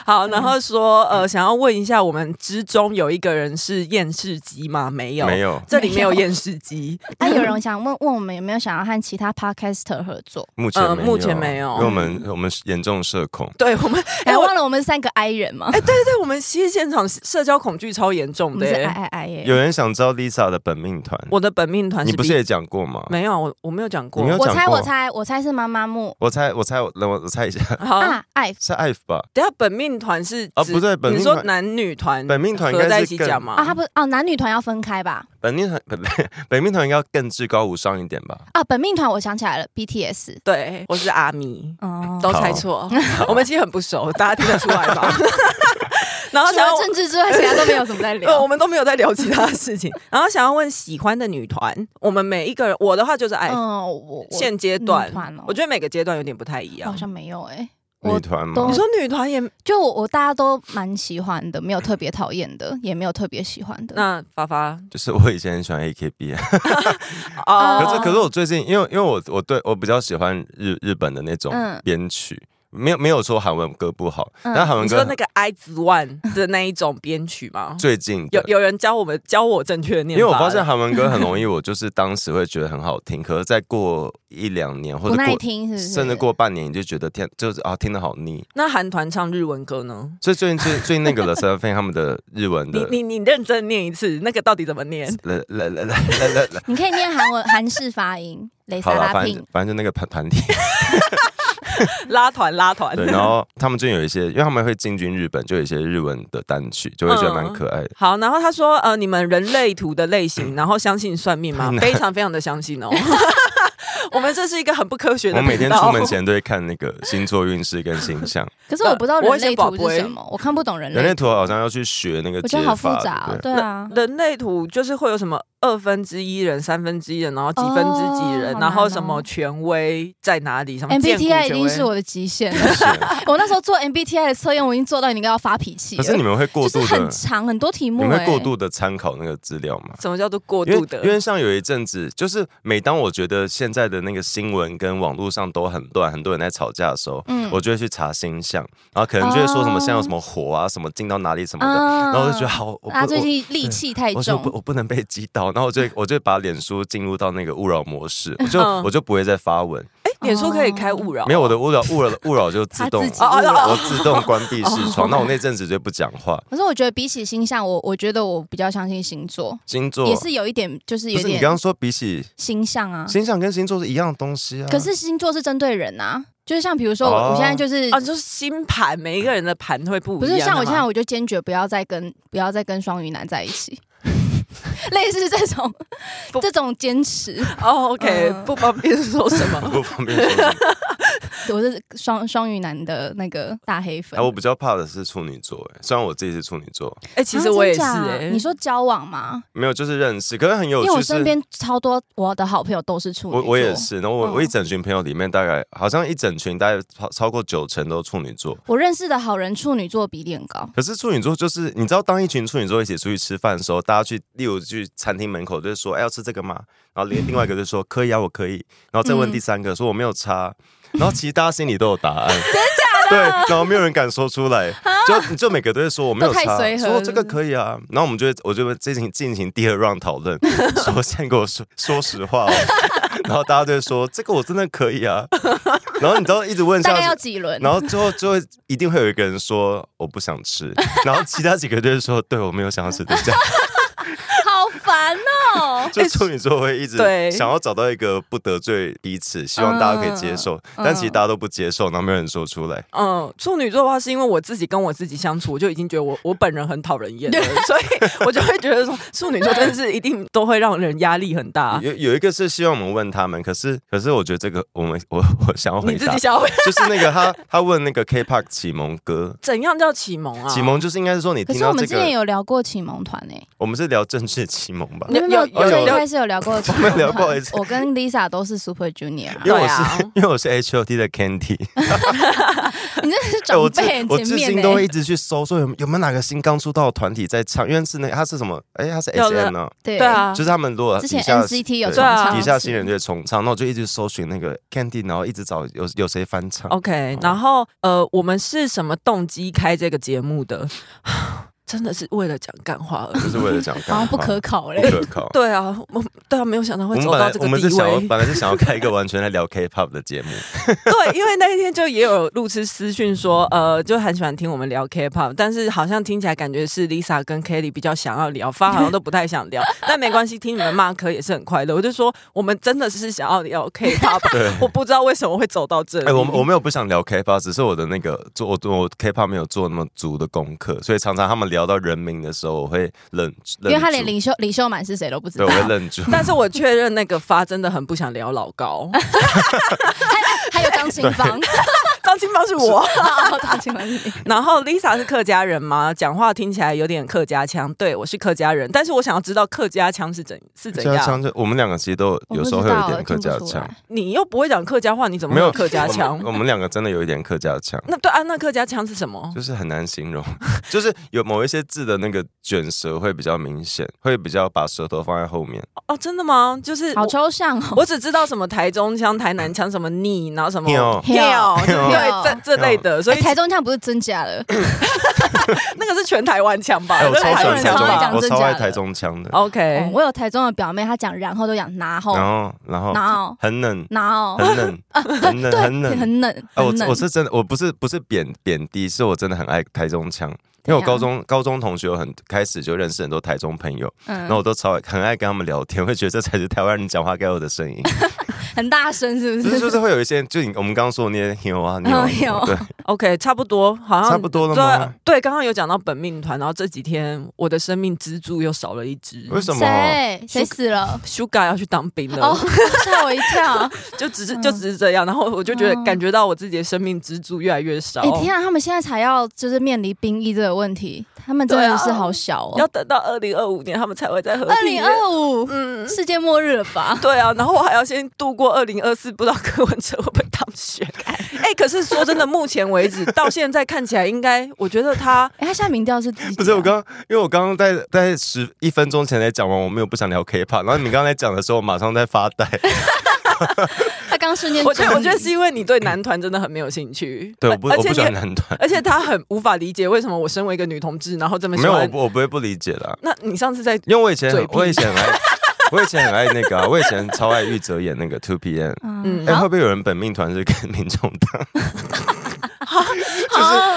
Speaker 1: 好，然
Speaker 2: 嗯
Speaker 1: 后说呃，想要问一下，我们之中有一个人是验视机吗？没有，
Speaker 3: 没，有，
Speaker 1: 这里没有验视机。
Speaker 2: 那有人想问问我们有没有想要和其他 podcaster 合作？
Speaker 3: 目前
Speaker 1: 呃
Speaker 3: 没有，
Speaker 1: 目前没有
Speaker 3: 因为我们我们严重社恐。
Speaker 1: 对我 们，哎、
Speaker 2: 哎，
Speaker 1: 我
Speaker 2: 忘了我们是三个 I 人吗？
Speaker 1: 哎、对对对，我们其实现场社交恐惧超严
Speaker 2: 我
Speaker 1: 重的、
Speaker 2: 们是 I
Speaker 1: 欸。
Speaker 2: I I 耶。
Speaker 3: 有人想知道 Lisa 的本命团，
Speaker 1: 我的本命团
Speaker 3: 你
Speaker 1: 是
Speaker 3: 不是
Speaker 1: B-
Speaker 3: 也讲过吗？
Speaker 1: 没有，我我没有讲过
Speaker 3: 你。没有
Speaker 2: 我猜，
Speaker 3: 讲过
Speaker 2: 我猜，我猜是妈妈木
Speaker 3: 我猜，我猜，我来我我猜一下，
Speaker 1: 好，
Speaker 2: 啊，爱
Speaker 3: 是 i v 吧？
Speaker 1: 等一下本命团是
Speaker 3: 啊
Speaker 1: 指
Speaker 3: 不对本命
Speaker 1: 你说
Speaker 3: 团
Speaker 1: 男女团
Speaker 3: 本命团应
Speaker 1: 嗯合
Speaker 3: 该
Speaker 1: 在
Speaker 3: 是
Speaker 1: 一起
Speaker 3: 更
Speaker 1: 讲吗？
Speaker 2: 啊，他不是哦，男女团要分开吧？
Speaker 3: 本命团本 本命团应该要更至高无上一点吧？
Speaker 2: 啊，本命团我想起来了，BTS。
Speaker 1: 对，我是阿咪，
Speaker 2: 哦，
Speaker 1: 都猜 错，我们其实很不熟，大家听得出来吗？ 然后
Speaker 2: 除
Speaker 1: 想要
Speaker 2: 了政治之外，其他都没有什么在
Speaker 1: 呃，我
Speaker 2: 聊。
Speaker 1: 们都没有在聊其他的事情。然后想要问喜欢的女团，我们每一个人，我的话就是爱。
Speaker 2: 嗯，我我
Speaker 1: 现阶段
Speaker 2: 女团哦，
Speaker 1: 我觉得每个阶段有点不太一样
Speaker 2: 好。像没有哎、我
Speaker 3: 女团吗
Speaker 2: 都
Speaker 1: 你？说女团也
Speaker 2: 就我我大家都蛮喜欢的，没有特别讨厌的，也没有特别喜欢的。
Speaker 1: 那发发
Speaker 3: 就是我以前很喜欢 AKB，啊
Speaker 1: 哦，
Speaker 3: 可是可是我最近因为因为我我对我比较喜欢日日本的那种
Speaker 2: 嗯
Speaker 3: 编曲，没有没有说韩文歌不好，
Speaker 2: 嗯
Speaker 3: 但韩文
Speaker 1: 你说
Speaker 3: 歌
Speaker 1: 那个 I z One 的那一种编曲吗？
Speaker 3: 最近的
Speaker 1: 有有人教我们教我正确的念
Speaker 3: 因
Speaker 1: 法
Speaker 3: 为
Speaker 1: 了，
Speaker 3: 我发现韩文歌很容易，我就是当时会觉得很好听，可是再过一两年或
Speaker 2: 不
Speaker 3: 者
Speaker 2: 耐
Speaker 3: 过
Speaker 2: 听是不是？
Speaker 3: 甚至过半年，你就觉得天就是啊听得好腻。
Speaker 1: 那韩团唱日文歌呢？
Speaker 3: 所以最近最最近那个 The Seven 他们的日文
Speaker 1: 你
Speaker 3: 的
Speaker 1: 你你认真念一次，那个到底怎么 念？
Speaker 3: 来来来来来来来，
Speaker 2: 你可以念韩文 韩式发音，雷
Speaker 3: 好
Speaker 2: 萨
Speaker 3: 了，
Speaker 2: 拉
Speaker 3: 反
Speaker 2: 聘
Speaker 3: 正。反正就那个团团体，
Speaker 1: 拉团拉 团，
Speaker 3: 对，然后他们最近有一些，因为他们会进军日本，就有一些日文的单曲，就会觉得
Speaker 2: 嗯
Speaker 3: 蛮可爱的。
Speaker 1: 好，然后他说，呃，你们人类图的类 型，然后相信算命吗？非常非常的相信哦。 我们这是一个很不科学的
Speaker 3: 我
Speaker 1: 频道。
Speaker 3: 每天出门前都会看那个星座运势跟星 象，
Speaker 2: 可是我不知道
Speaker 1: 我
Speaker 2: 人
Speaker 1: 会先
Speaker 2: 类
Speaker 1: 保
Speaker 2: 图
Speaker 1: 不
Speaker 2: 是
Speaker 1: 会
Speaker 2: 什么，我看不懂人
Speaker 3: 人类
Speaker 2: 类。
Speaker 3: 图好像要去学那个
Speaker 2: 我
Speaker 3: 解
Speaker 2: 觉得好复
Speaker 3: 法，
Speaker 2: 杂哦
Speaker 3: 对不，对
Speaker 2: 对啊，
Speaker 1: 人类图就是会有什么二分之一人、三分之一人，然后几分之几人，
Speaker 2: 哦
Speaker 1: 然后
Speaker 2: 好难哦
Speaker 1: 什么权威在哪里，什么建股
Speaker 2: MBTI 已
Speaker 1: 权
Speaker 2: 经
Speaker 1: 威。
Speaker 2: 是我的极限了。
Speaker 3: 是
Speaker 2: 我那时候做 MBTI 的测验，我已经做到应该要发脾气
Speaker 3: 可是你
Speaker 2: 了。
Speaker 3: 们会过
Speaker 2: 就是
Speaker 3: 度的
Speaker 2: 很，长很多题
Speaker 3: 你
Speaker 2: 目，
Speaker 3: 们会
Speaker 2: 哎，
Speaker 3: 过度的参考那个资料吗？
Speaker 1: 什么叫做过
Speaker 3: 因
Speaker 1: 度
Speaker 3: 为
Speaker 1: 的？
Speaker 3: 因为像有一阵子，就是每当我觉得现在的那个新闻跟网络上都很乱，很多人在吵架的时候，
Speaker 2: 嗯
Speaker 3: 我就会去查星象，然后可能就会说什么
Speaker 2: 哦
Speaker 3: 现在有什么火啊，什么进到哪里什么的，
Speaker 2: 啊
Speaker 3: 然后我就觉得好，我不
Speaker 2: 他啊最
Speaker 3: 我
Speaker 2: 近戾气太
Speaker 3: 我就不
Speaker 2: 重，
Speaker 3: 我不能被击倒，然后 我就我就把脸书进入到那个勿扰模式，我就
Speaker 1: 嗯
Speaker 3: 我就不会再发文，
Speaker 1: 哎，脸书可以开勿扰，
Speaker 3: 哦没有我的勿扰勿扰勿扰就自
Speaker 2: 他
Speaker 3: 动啊
Speaker 2: 自己哦
Speaker 1: 哦哦哦
Speaker 3: 我自动关闭视窗，那我那阵子就不讲话，
Speaker 2: 可是我觉得比起星象，我我觉得我比较相信星座，
Speaker 3: 星座
Speaker 2: 也是有一点，就是
Speaker 3: 不
Speaker 2: 有
Speaker 3: 是你刚
Speaker 2: 点
Speaker 3: 刚说比起
Speaker 2: 星象啊。
Speaker 3: 星象跟星座是一样的东西啊，
Speaker 2: 可是星座是针对人啊，就是像比如说
Speaker 3: 哦
Speaker 2: 我我现在就是
Speaker 1: 啊，就是星盘，每一个人的盘会不一样。
Speaker 2: 不是像我
Speaker 1: 这
Speaker 2: 现在，我就坚决不要再跟不要再跟双鱼男在一起， 类似这 种
Speaker 1: 不
Speaker 2: 这种坚持，
Speaker 1: 哦，OK，
Speaker 2: 嗯
Speaker 1: 不方便说什 么。
Speaker 3: 不方便说什么。
Speaker 2: 我是双双鱼男的那个大黑粉啊
Speaker 3: 哎、。我比较怕的是处女座，哎，虽然我自己是处女座，
Speaker 1: 哎，其实
Speaker 2: 啊
Speaker 1: 我也是，
Speaker 2: 真假
Speaker 1: 哎，
Speaker 2: 你说交往吗？
Speaker 3: 没有就是认识，可是欸很有
Speaker 2: 因
Speaker 3: 趣
Speaker 2: 为我
Speaker 3: 是
Speaker 2: 身边超多我的好朋友都是处女
Speaker 3: 我
Speaker 2: 座，
Speaker 3: 我也是，然后我、
Speaker 2: 嗯
Speaker 3: 我一整群朋友里面大概好像一整群大概超超过九成都处女座，
Speaker 2: 我认识的好人处女座比例很高。
Speaker 3: 可是处女座就是你知道，当一群处女座一起出去吃饭的时候，大家去例如去餐厅门口就是说，哎、要吃这个吗？然后另另外一个就说可以啊，我可以，然后再问
Speaker 2: 嗯
Speaker 3: 第三个、说啊我没有差，然后其实大家心里都有答案，真假的？对，然后没有人敢说出来，就就每个都会说我没有
Speaker 2: 都太
Speaker 3: 差，
Speaker 2: 随和
Speaker 3: 说这个可以啊，然后我们就会我就会进行进行第二 round 讨论，说先给我说说实话、哦，然后大家就会说这个我真的可以啊，然后你知道一直问
Speaker 2: 大
Speaker 3: 下
Speaker 2: 概
Speaker 3: 去
Speaker 2: 要。几轮？
Speaker 3: 然后最后就会一定会有一个 人说我不想吃，然后其他几个就是说对我没有想要吃，对这样，
Speaker 2: 好烦烦 哦。
Speaker 3: 就处女座会一直
Speaker 1: 对
Speaker 3: 想要找到一个不得罪彼此，希望大家可以接受，
Speaker 2: 嗯
Speaker 3: 但其实大家都不接受，然后没有人说出来。
Speaker 1: 嗯，处女座的话，是因为我自己跟我自己相处，我就已经觉得我我本人很讨人 厌了，所以我就会觉得说，处女座真的是一定都会让人压力很
Speaker 2: 嗯
Speaker 1: 大。
Speaker 3: 有有一个是希望我们问他们，可是可是我觉得这个我们 我我想要回
Speaker 1: 你自
Speaker 3: 答
Speaker 1: 己，想回
Speaker 3: 就是那个他他问那个 K-pop 启蒙歌。
Speaker 1: 怎样叫启蒙啊？
Speaker 3: 启蒙就是应该是说你
Speaker 2: 可
Speaker 3: 听
Speaker 2: 是我
Speaker 3: 到
Speaker 2: 们
Speaker 3: 这
Speaker 2: 之前
Speaker 3: 个，
Speaker 2: 有聊过启蒙团诶、
Speaker 3: 我们是聊政治启蒙吧？
Speaker 2: 你们没有
Speaker 1: 有有
Speaker 2: 最一
Speaker 3: 有
Speaker 2: 开始有聊过启蒙
Speaker 3: 我们聊过
Speaker 2: 团
Speaker 3: 一次，
Speaker 2: 我跟 Lisa 都是 Super Junior，啊
Speaker 3: 因为我
Speaker 1: 对啊
Speaker 3: 是因为我是 H O T 的 Candy，
Speaker 2: 你真的是
Speaker 3: 哎我
Speaker 2: 长
Speaker 3: 至
Speaker 2: 辈
Speaker 3: 我
Speaker 2: 很
Speaker 3: 至
Speaker 2: 前面欸
Speaker 3: 今都
Speaker 2: 呢、
Speaker 3: 会一直去搜，说有有没有哪个新刚出道的团体在唱，因为是那他是什么？哎，他是
Speaker 1: 有
Speaker 3: S
Speaker 1: 了
Speaker 3: M 呢？
Speaker 2: 对
Speaker 1: 对，啊
Speaker 3: 就，是他们如果
Speaker 2: 之前
Speaker 3: 底下
Speaker 2: NCT 有
Speaker 3: 对
Speaker 1: 对
Speaker 2: 重
Speaker 1: 啊
Speaker 2: 唱
Speaker 3: 底下新人就会重唱，那我就一直搜寻那个 Candy，然后一直找有有谁翻唱。
Speaker 2: 哦
Speaker 1: OK，然后呃，我们是什么动机开这个节目的？ 真的是为了讲干话而已。
Speaker 3: 就是为了讲干
Speaker 2: 好哦
Speaker 3: 话
Speaker 2: 像不可考嘞
Speaker 3: 不。可 靠。
Speaker 1: 对啊，我对啊，没有想到
Speaker 3: 我
Speaker 1: 会
Speaker 3: 们
Speaker 1: 走
Speaker 3: 本
Speaker 1: 到
Speaker 3: 来
Speaker 1: 这
Speaker 3: 我
Speaker 1: 个
Speaker 3: 们是
Speaker 1: 地
Speaker 3: 想要
Speaker 1: 位。
Speaker 3: 本来是想要开一个完全在聊 K-pop 的节目，
Speaker 1: 对，因为那一天就也有路痴私讯说，呃，就很喜欢听我们聊 K-pop，但是好像听起来感觉是 Lisa 跟 Kelly 比较想要聊，发好像都不太想 聊。但没关系，听你们骂科也是很快乐。我就说，我们真的是想要聊 K-pop，我不知道为什么会走到这里。
Speaker 3: 哎、我我没有不想聊 K-pop，只是我的那个做我我 K-pop 没有做那么足的功课，所以常常他们聊到人名的时候，我会愣，
Speaker 2: 因为他连
Speaker 3: 愣
Speaker 2: 李秀李秀满是谁都不知
Speaker 3: 住对，
Speaker 2: 道，
Speaker 3: 我会
Speaker 2: 还
Speaker 3: 愣住。
Speaker 1: 但是我确认那个发真的很不想聊老高，
Speaker 2: 还有张清 芳，
Speaker 1: 张清芳是我。
Speaker 2: 哦张清芳是你
Speaker 1: 然后 Lisa 是客家人吗？讲话听起来有点客家腔。对，我是客家人，但是我想要知道客家腔是怎是怎
Speaker 3: 客家
Speaker 1: 样。
Speaker 3: 腔就我们两个其实都有有时候会有一点客家
Speaker 2: 我不知道
Speaker 3: 腔
Speaker 2: 我，
Speaker 1: 你又不会讲客家话，你怎么会有客家
Speaker 3: 我
Speaker 1: 腔
Speaker 3: 们？我们两个真的有一点客家腔。
Speaker 1: 那对啊，那客家腔是什么？
Speaker 3: 就是很难形容， 就是有某一些字的那个卷舌会比较明显，会比较把舌头放在后面。
Speaker 1: 哦，真的吗？就是
Speaker 2: 好
Speaker 1: 我
Speaker 2: 抽象哦。
Speaker 1: 我只知道什么台中腔、台南腔，什么逆，然后什么
Speaker 3: 尿
Speaker 1: 尿，
Speaker 2: 尿
Speaker 1: 对这这类的，所
Speaker 2: 哎
Speaker 1: 以
Speaker 2: 台中腔不是真假的，
Speaker 1: 那个是全台湾腔吧？
Speaker 3: 哎、我
Speaker 1: 那是
Speaker 3: 超
Speaker 2: 台
Speaker 3: 喜
Speaker 2: 中人
Speaker 3: 欢台中
Speaker 2: 超爱讲
Speaker 3: 我
Speaker 2: 真
Speaker 3: 超
Speaker 2: 假
Speaker 3: 爱
Speaker 2: 的
Speaker 3: 台中腔的。
Speaker 2: 哦
Speaker 1: OK，
Speaker 2: 我有台中的表妹，她讲然后都讲然后
Speaker 3: 然后，然后
Speaker 2: 然后
Speaker 3: 很冷，
Speaker 2: 然后，
Speaker 3: 很冷，很冷，
Speaker 2: 哦 对，
Speaker 3: 很冷，
Speaker 2: 很冷，
Speaker 3: 啊，我
Speaker 2: 很冷
Speaker 3: 我是真的，我不是不是贬贬低，是我真的很爱台中腔，因为我
Speaker 2: 怎样
Speaker 3: 高中高中同学有很开始就认识很多台中朋友，然后
Speaker 2: 嗯
Speaker 3: 我都超爱很爱跟他们聊天，会觉得这才是台湾人讲话该有的声 音，
Speaker 2: 很大声，是
Speaker 3: 就
Speaker 2: 不？
Speaker 3: 是就是是会有一些，就你我们刚刚说的那些牛啊牛
Speaker 2: 嗯
Speaker 3: 啊
Speaker 1: 哦
Speaker 2: 有，
Speaker 3: 对，
Speaker 1: OK，差不多，好像
Speaker 3: 差不多了
Speaker 1: 对
Speaker 3: 吗
Speaker 1: 对，刚刚有讲到本命团，然后这几天我的生命支柱又少了一只
Speaker 3: 为什么？
Speaker 2: 谁谁死了？
Speaker 1: ，Sugar 要去当兵了，
Speaker 2: 哦， 吓我一 跳！
Speaker 1: 就只是
Speaker 2: 嗯
Speaker 1: 就只是这样，然后我就觉得
Speaker 2: 嗯
Speaker 1: 感觉到我自己的生命支柱越来越少，
Speaker 3: 哦
Speaker 2: 哎，天啊，他们现在才要就是面临兵役这个问题，他们真
Speaker 1: 对
Speaker 2: 的
Speaker 1: 啊
Speaker 2: 是好小哦
Speaker 1: 要。等到二零二五年他们才会再合体。
Speaker 2: 二零二五，
Speaker 1: 嗯，
Speaker 2: 世界末日了 吧？
Speaker 1: 对啊，然后我还要先度过二零二四，不知道柯文哲会不会当 选。哎、可是说真的，目前为止到现在看起来，应该我觉得 他
Speaker 2: 哎，他现在民调是几几啊
Speaker 3: 不是我刚，因为我刚刚在在十一分钟前才讲完，我没有不想聊 K-pop，然后你们刚才讲的时候，我马上在发 呆。
Speaker 2: 他刚瞬间，
Speaker 1: 我觉得我觉得是因为你对男团真的很没有兴趣，
Speaker 3: 对，我不
Speaker 1: 而
Speaker 3: 我
Speaker 1: 且你
Speaker 3: 不喜欢男团，
Speaker 1: 而且他很无法理解为什么我身为一个女同志，然后这么喜
Speaker 3: 没有，我
Speaker 1: 欢
Speaker 3: 不。我不会不理解的啊，
Speaker 1: 那你上次在
Speaker 3: 因为我以前
Speaker 1: 嘴皮
Speaker 3: 我以前很爱我以前很爱那个啊，我以前超爱玉泽演那个 Two P M。
Speaker 2: 嗯，
Speaker 3: 哎、
Speaker 2: 好
Speaker 3: 会，不会有人本命团是跟民众党？
Speaker 2: 好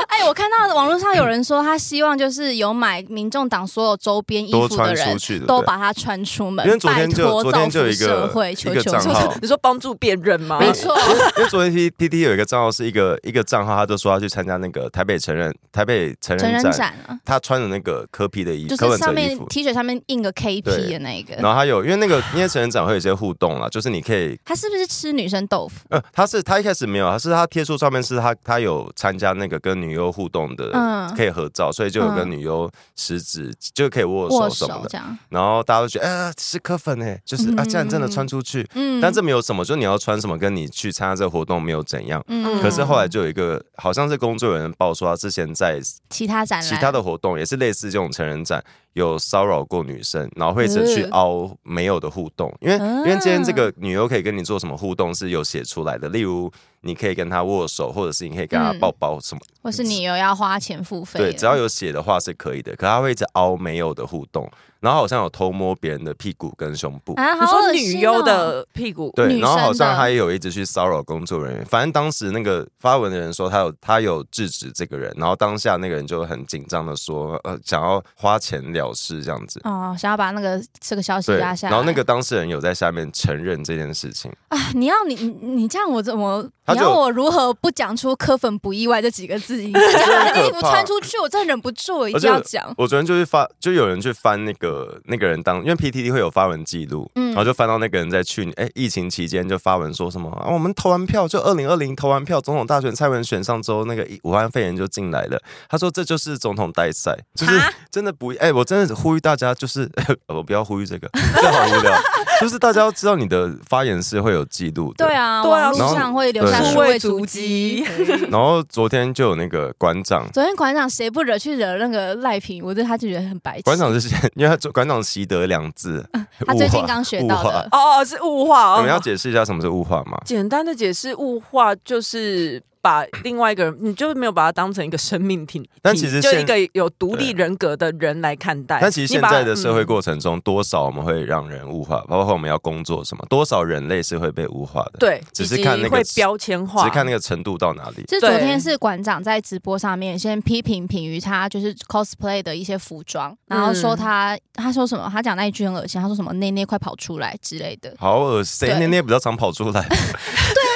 Speaker 2: 哎，我看到网络上有人说，他希望就是有买民众党所有周边衣
Speaker 3: 多
Speaker 2: 服的
Speaker 3: 穿出
Speaker 2: 人，
Speaker 3: 去的，
Speaker 2: 都
Speaker 3: 对
Speaker 2: 把它穿出门。
Speaker 3: 因为昨天就
Speaker 2: 拜托
Speaker 3: 昨天就有一个
Speaker 2: 造福社会，求
Speaker 3: 一个
Speaker 2: 求
Speaker 3: 账
Speaker 2: 求
Speaker 3: 号
Speaker 1: 你说帮助辨认吗？
Speaker 2: 没错，
Speaker 3: 啊因为昨天 P P T 有一个账号是一个一个账号，他就说他去参加那个台北成人台北 成
Speaker 2: 成
Speaker 3: 人
Speaker 2: 人
Speaker 3: 展，
Speaker 2: 展啊，
Speaker 3: 他穿的那个柯 P 的衣
Speaker 2: 就
Speaker 3: 柯
Speaker 2: 是
Speaker 3: 文
Speaker 2: 上
Speaker 3: 哲衣
Speaker 2: 面
Speaker 3: 服。
Speaker 2: T 恤上面印个 KP
Speaker 3: 对
Speaker 2: 的那个
Speaker 3: 然。后他有，因为那个因为成人展会有一些互动啦，就是你可以，
Speaker 2: 他是不是吃女生豆腐？
Speaker 3: 呃，他是他一开始没有，他是他贴出照片是他他有参加那个跟女优互动的，
Speaker 2: 嗯
Speaker 3: 可以合照，所以就有跟
Speaker 2: 嗯
Speaker 3: 女优食指就可以握
Speaker 2: 握
Speaker 3: 手什么
Speaker 2: 手
Speaker 3: 的，
Speaker 2: 这样，
Speaker 3: 然后大家都觉得，呃，是柯粉哎，就是啊，这样真的穿出去，
Speaker 2: 嗯
Speaker 3: 但这没有什么，就你要穿什么，跟你去参加这个活动没有怎样。
Speaker 2: 嗯
Speaker 3: 可是后来就有一个，好像是工作人员爆出他之前在
Speaker 2: 其他展览，
Speaker 3: 其他的活动，也是类似这种成人展，有骚扰过女生，然后会一直去
Speaker 2: 嗯
Speaker 3: 凹没有的互动，因为
Speaker 2: 嗯
Speaker 3: 因为今天这个女优可以跟你做什么互动是有写出来的，例如你可以跟她握手，或者是你可以跟她
Speaker 2: 嗯啊
Speaker 3: 抱抱什么，
Speaker 2: 或是你有要花钱付费的，
Speaker 3: 对，只要有写的话是可以的。可她会一直凹没有的互动，然后好像有偷摸别人的屁股跟胸部，
Speaker 2: 啊，
Speaker 1: 你
Speaker 2: 好恶
Speaker 1: 说
Speaker 2: 心
Speaker 1: 女
Speaker 2: 哦
Speaker 1: 优，的屁股，
Speaker 3: 对，
Speaker 2: 女
Speaker 3: 然后好
Speaker 2: 生
Speaker 3: 像
Speaker 2: 的
Speaker 3: 他也有一直去骚扰工作人员，反正当时那个发文的人说他有他有制止这个人，然后当下那个人就很紧张的说，呃，想要花钱了事这样子。
Speaker 2: 哦，想要把那个这个消息
Speaker 3: 对，
Speaker 2: 压下来。
Speaker 3: 然后那个当事人有在下面承认这件事情，
Speaker 2: 啊，你要你你你这样我怎么？
Speaker 3: 他
Speaker 2: 你
Speaker 3: 就
Speaker 2: 要我如何不讲出“科粉不意外”这几个字？ 你再讲把那件衣服穿出去，我真的忍不住，我一定要讲。
Speaker 3: 我昨天就是发，就有人去翻那个那个人当，因为 PTT 会有发文记录，
Speaker 2: 嗯
Speaker 3: 然后就翻到那个人在去年哎疫情期间就发文说什么啊，我们投完票就二零二零投完票，总统大选蔡文选上之后，那个武汉肺炎就进来了。他说这就是总统代赛，就是
Speaker 2: 哈
Speaker 3: 真的不哎，我真的呼吁大家，就是 呃我不要呼吁这个， 这好无聊，就是大家要知道你的发言是会有记录的，
Speaker 2: 对啊，
Speaker 1: 对啊
Speaker 2: 网络
Speaker 3: 然
Speaker 2: 上会留下
Speaker 3: 对
Speaker 2: 数位
Speaker 1: 数位
Speaker 2: 足
Speaker 1: 足迹
Speaker 2: 迹。
Speaker 3: 然后昨天就有那个馆长，
Speaker 2: 昨天馆长谁不惹去惹那个赖平，我对他就觉得很白痴。
Speaker 3: 馆长是先，因为他做馆长习得两字，
Speaker 2: 他
Speaker 3: 物
Speaker 2: 最近
Speaker 3: 化
Speaker 2: 刚学
Speaker 3: 物
Speaker 2: 到
Speaker 3: 化
Speaker 2: 的，
Speaker 1: 哦哦，是物化
Speaker 3: 我
Speaker 1: 哦。
Speaker 3: 们要解释一下什么是物化吗？
Speaker 1: 简单的解释，物化就是把另外一个人，你就是没有把他当成一个生命体，
Speaker 3: 但其实
Speaker 1: 就
Speaker 3: 现
Speaker 1: 一个有独立人格的人来看待。
Speaker 3: 但其实现在的社会
Speaker 1: 你把嗯
Speaker 3: 过程中，多少我们会让人物化，包括我们要工作什么，多少人类是会被物化的。
Speaker 1: 嗯，对，
Speaker 3: 只是
Speaker 1: 以及
Speaker 3: 看那个
Speaker 1: 会标签化，
Speaker 3: 只是看那个程度到哪里。
Speaker 2: 就是昨
Speaker 1: 对
Speaker 2: 天是馆长在直播上面先批评品瑜他就是 cosplay 的一些服装，然后说他、他说什么，他讲那一句很恶心，他说什么内内快跑出来之类的。
Speaker 3: 好恶心，
Speaker 2: 对
Speaker 3: 那那比较常跑 出来。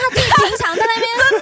Speaker 2: 平常在那边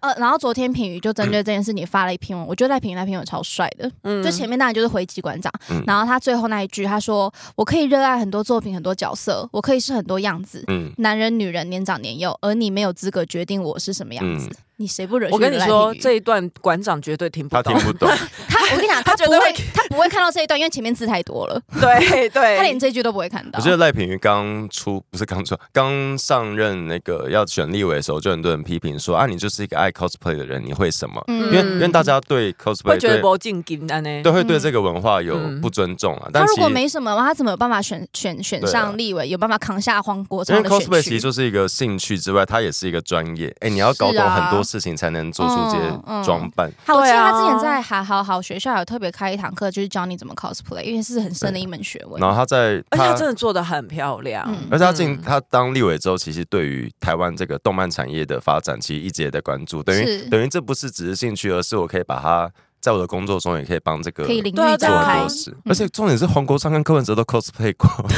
Speaker 2: 呃，然后昨天品瑜就针对这件事情发了一篇文，我觉得赖品瑜那篇文超帅的，
Speaker 1: 嗯
Speaker 2: 就前面当然就是回击馆长，
Speaker 3: 嗯
Speaker 2: 然后他最后那一句他说：“我可以热爱很多作品，很多角色，我可以是很多样子，
Speaker 3: 嗯，
Speaker 2: 男人、女人，年长年幼，而你没有资格决定我是什么样子。
Speaker 3: 嗯
Speaker 2: 你谁不惹去
Speaker 1: 我跟你
Speaker 2: 赖
Speaker 1: 说，
Speaker 2: 品妤
Speaker 1: 这一段馆长绝对听不
Speaker 3: 他
Speaker 1: 懂
Speaker 3: 听。不懂，
Speaker 2: 他，我跟你讲，他
Speaker 1: 他绝
Speaker 2: 不
Speaker 1: 对
Speaker 2: 会
Speaker 1: 会，
Speaker 2: 他不会看到这一段，因为前面字太多了，
Speaker 1: 对对，
Speaker 2: 他连这句都不会看到
Speaker 3: 我觉。得赖品妤刚出不是刚出，刚上任那个要选立委的时候，就很多人批评说啊，你就是一个爱 cosplay 的人，你会什么？
Speaker 2: 嗯
Speaker 3: 因为因为大家对 cosplay
Speaker 1: 会觉得
Speaker 3: 对
Speaker 1: 不进金的呢。
Speaker 3: 对会对这个文化有
Speaker 1: 嗯
Speaker 3: 不尊重啊。
Speaker 2: 他
Speaker 3: 但
Speaker 2: 如
Speaker 3: 其
Speaker 2: 果
Speaker 3: 实
Speaker 2: 没什么，他怎么有办法选选选
Speaker 3: 对啊
Speaker 2: 上立委，有办法扛下黄国
Speaker 3: 因
Speaker 2: 昌
Speaker 3: 为
Speaker 2: 的
Speaker 3: cosplay
Speaker 2: 选
Speaker 3: 其实
Speaker 2: 区？
Speaker 3: 就是一个兴趣之外，它也是一个专业。哎、你要搞
Speaker 2: 是
Speaker 3: 懂
Speaker 2: 啊嗯
Speaker 3: 很多事情才能做出这些装扮。
Speaker 2: 他我记得
Speaker 1: 对啊
Speaker 2: 他之前在好好好学校有特别开一堂课，就是教你怎么 cosplay，因为是很深的一门学问。
Speaker 3: 然后他在
Speaker 1: 而且
Speaker 3: 他
Speaker 1: 她真的做的很漂亮。
Speaker 2: 嗯
Speaker 3: 而且他进
Speaker 1: 嗯
Speaker 3: 他当立委之后，其实对于台湾这个动漫产业的发展，其实一直也在关注。等于
Speaker 2: 是
Speaker 3: 等于这不是只是兴趣，而是我可以把它在我的工作中也可以帮这个
Speaker 2: 可以领嗯域
Speaker 1: 对啊
Speaker 2: 展
Speaker 3: 做很
Speaker 2: 开
Speaker 3: 多。事。而且重点是黄国昌跟柯文哲都 cosplay 过
Speaker 2: 哦，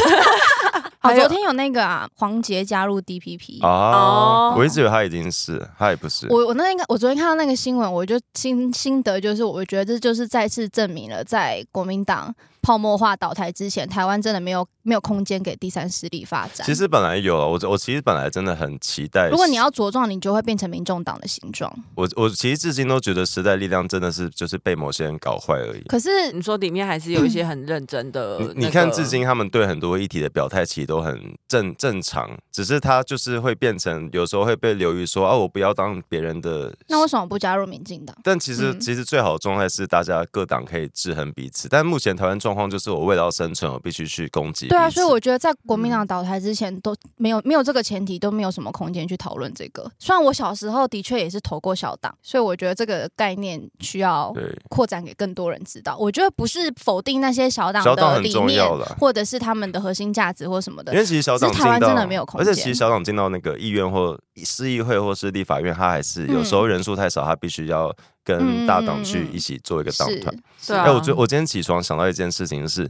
Speaker 1: 还有
Speaker 2: 昨天有那个啊，黄杰加入 DPP，
Speaker 3: 啊
Speaker 1: 哦！
Speaker 3: 我一直以为他已经是，他也不是。
Speaker 2: 我我那应该，我昨天看到那个啊新闻，哦我就心心得就是，我觉得这就是再次证明了，在国民党泡沫化倒台之前，台湾真的没有没有空间给第三势力发展。
Speaker 3: 其，实本来有啊，我我其实本来真的很期待。
Speaker 2: 如果你要茁壮，你就会变成民众党的形状。
Speaker 3: 我我其实至今都觉得时代力量真的是就是被某些人搞坏而已。
Speaker 2: 可是
Speaker 1: 你说里面还是有一些很认真的、
Speaker 2: 呃
Speaker 3: 你你看，至，今他们对很多议题的表态其实都很正正常，只是他就是会变成有时候会被流于说啊，我不要当别人的。
Speaker 2: 那为什么不加入民进党？
Speaker 3: 但其实
Speaker 2: 嗯
Speaker 3: 其实最好的状态是大家各党可以制衡彼此，但目前台湾状况就是我为了要生存，我必须去攻击彼
Speaker 2: 对
Speaker 3: 此。
Speaker 2: 啊，所以我觉得在国民党倒台之前都没有没有这个前提，都没有什么空间去讨论这个。虽然我小时候的确也是投过小党，所以我觉得这个概念需要
Speaker 3: 对
Speaker 2: 扩展给更多人知道。我觉得不是否定那些小党
Speaker 3: 小党
Speaker 2: 的
Speaker 3: 很
Speaker 2: 理
Speaker 3: 重
Speaker 2: 念
Speaker 3: 要啦，
Speaker 2: 或者是他们的核心价值或什么的。
Speaker 3: 因为其实小党
Speaker 2: 只是
Speaker 3: 进
Speaker 2: 台湾
Speaker 3: 到，
Speaker 2: 真的没有空
Speaker 3: 而
Speaker 2: 间
Speaker 3: 且其实小党进到那个议院或市议会或是立法院，他还
Speaker 2: 嗯
Speaker 3: 是有时候人数太少，他必须要跟大党去一起做一个党
Speaker 2: 是
Speaker 3: 团。，
Speaker 2: 嗯是
Speaker 1: 对
Speaker 3: 哎、
Speaker 1: 啊
Speaker 3: 我昨我今天起床想到一件事情是，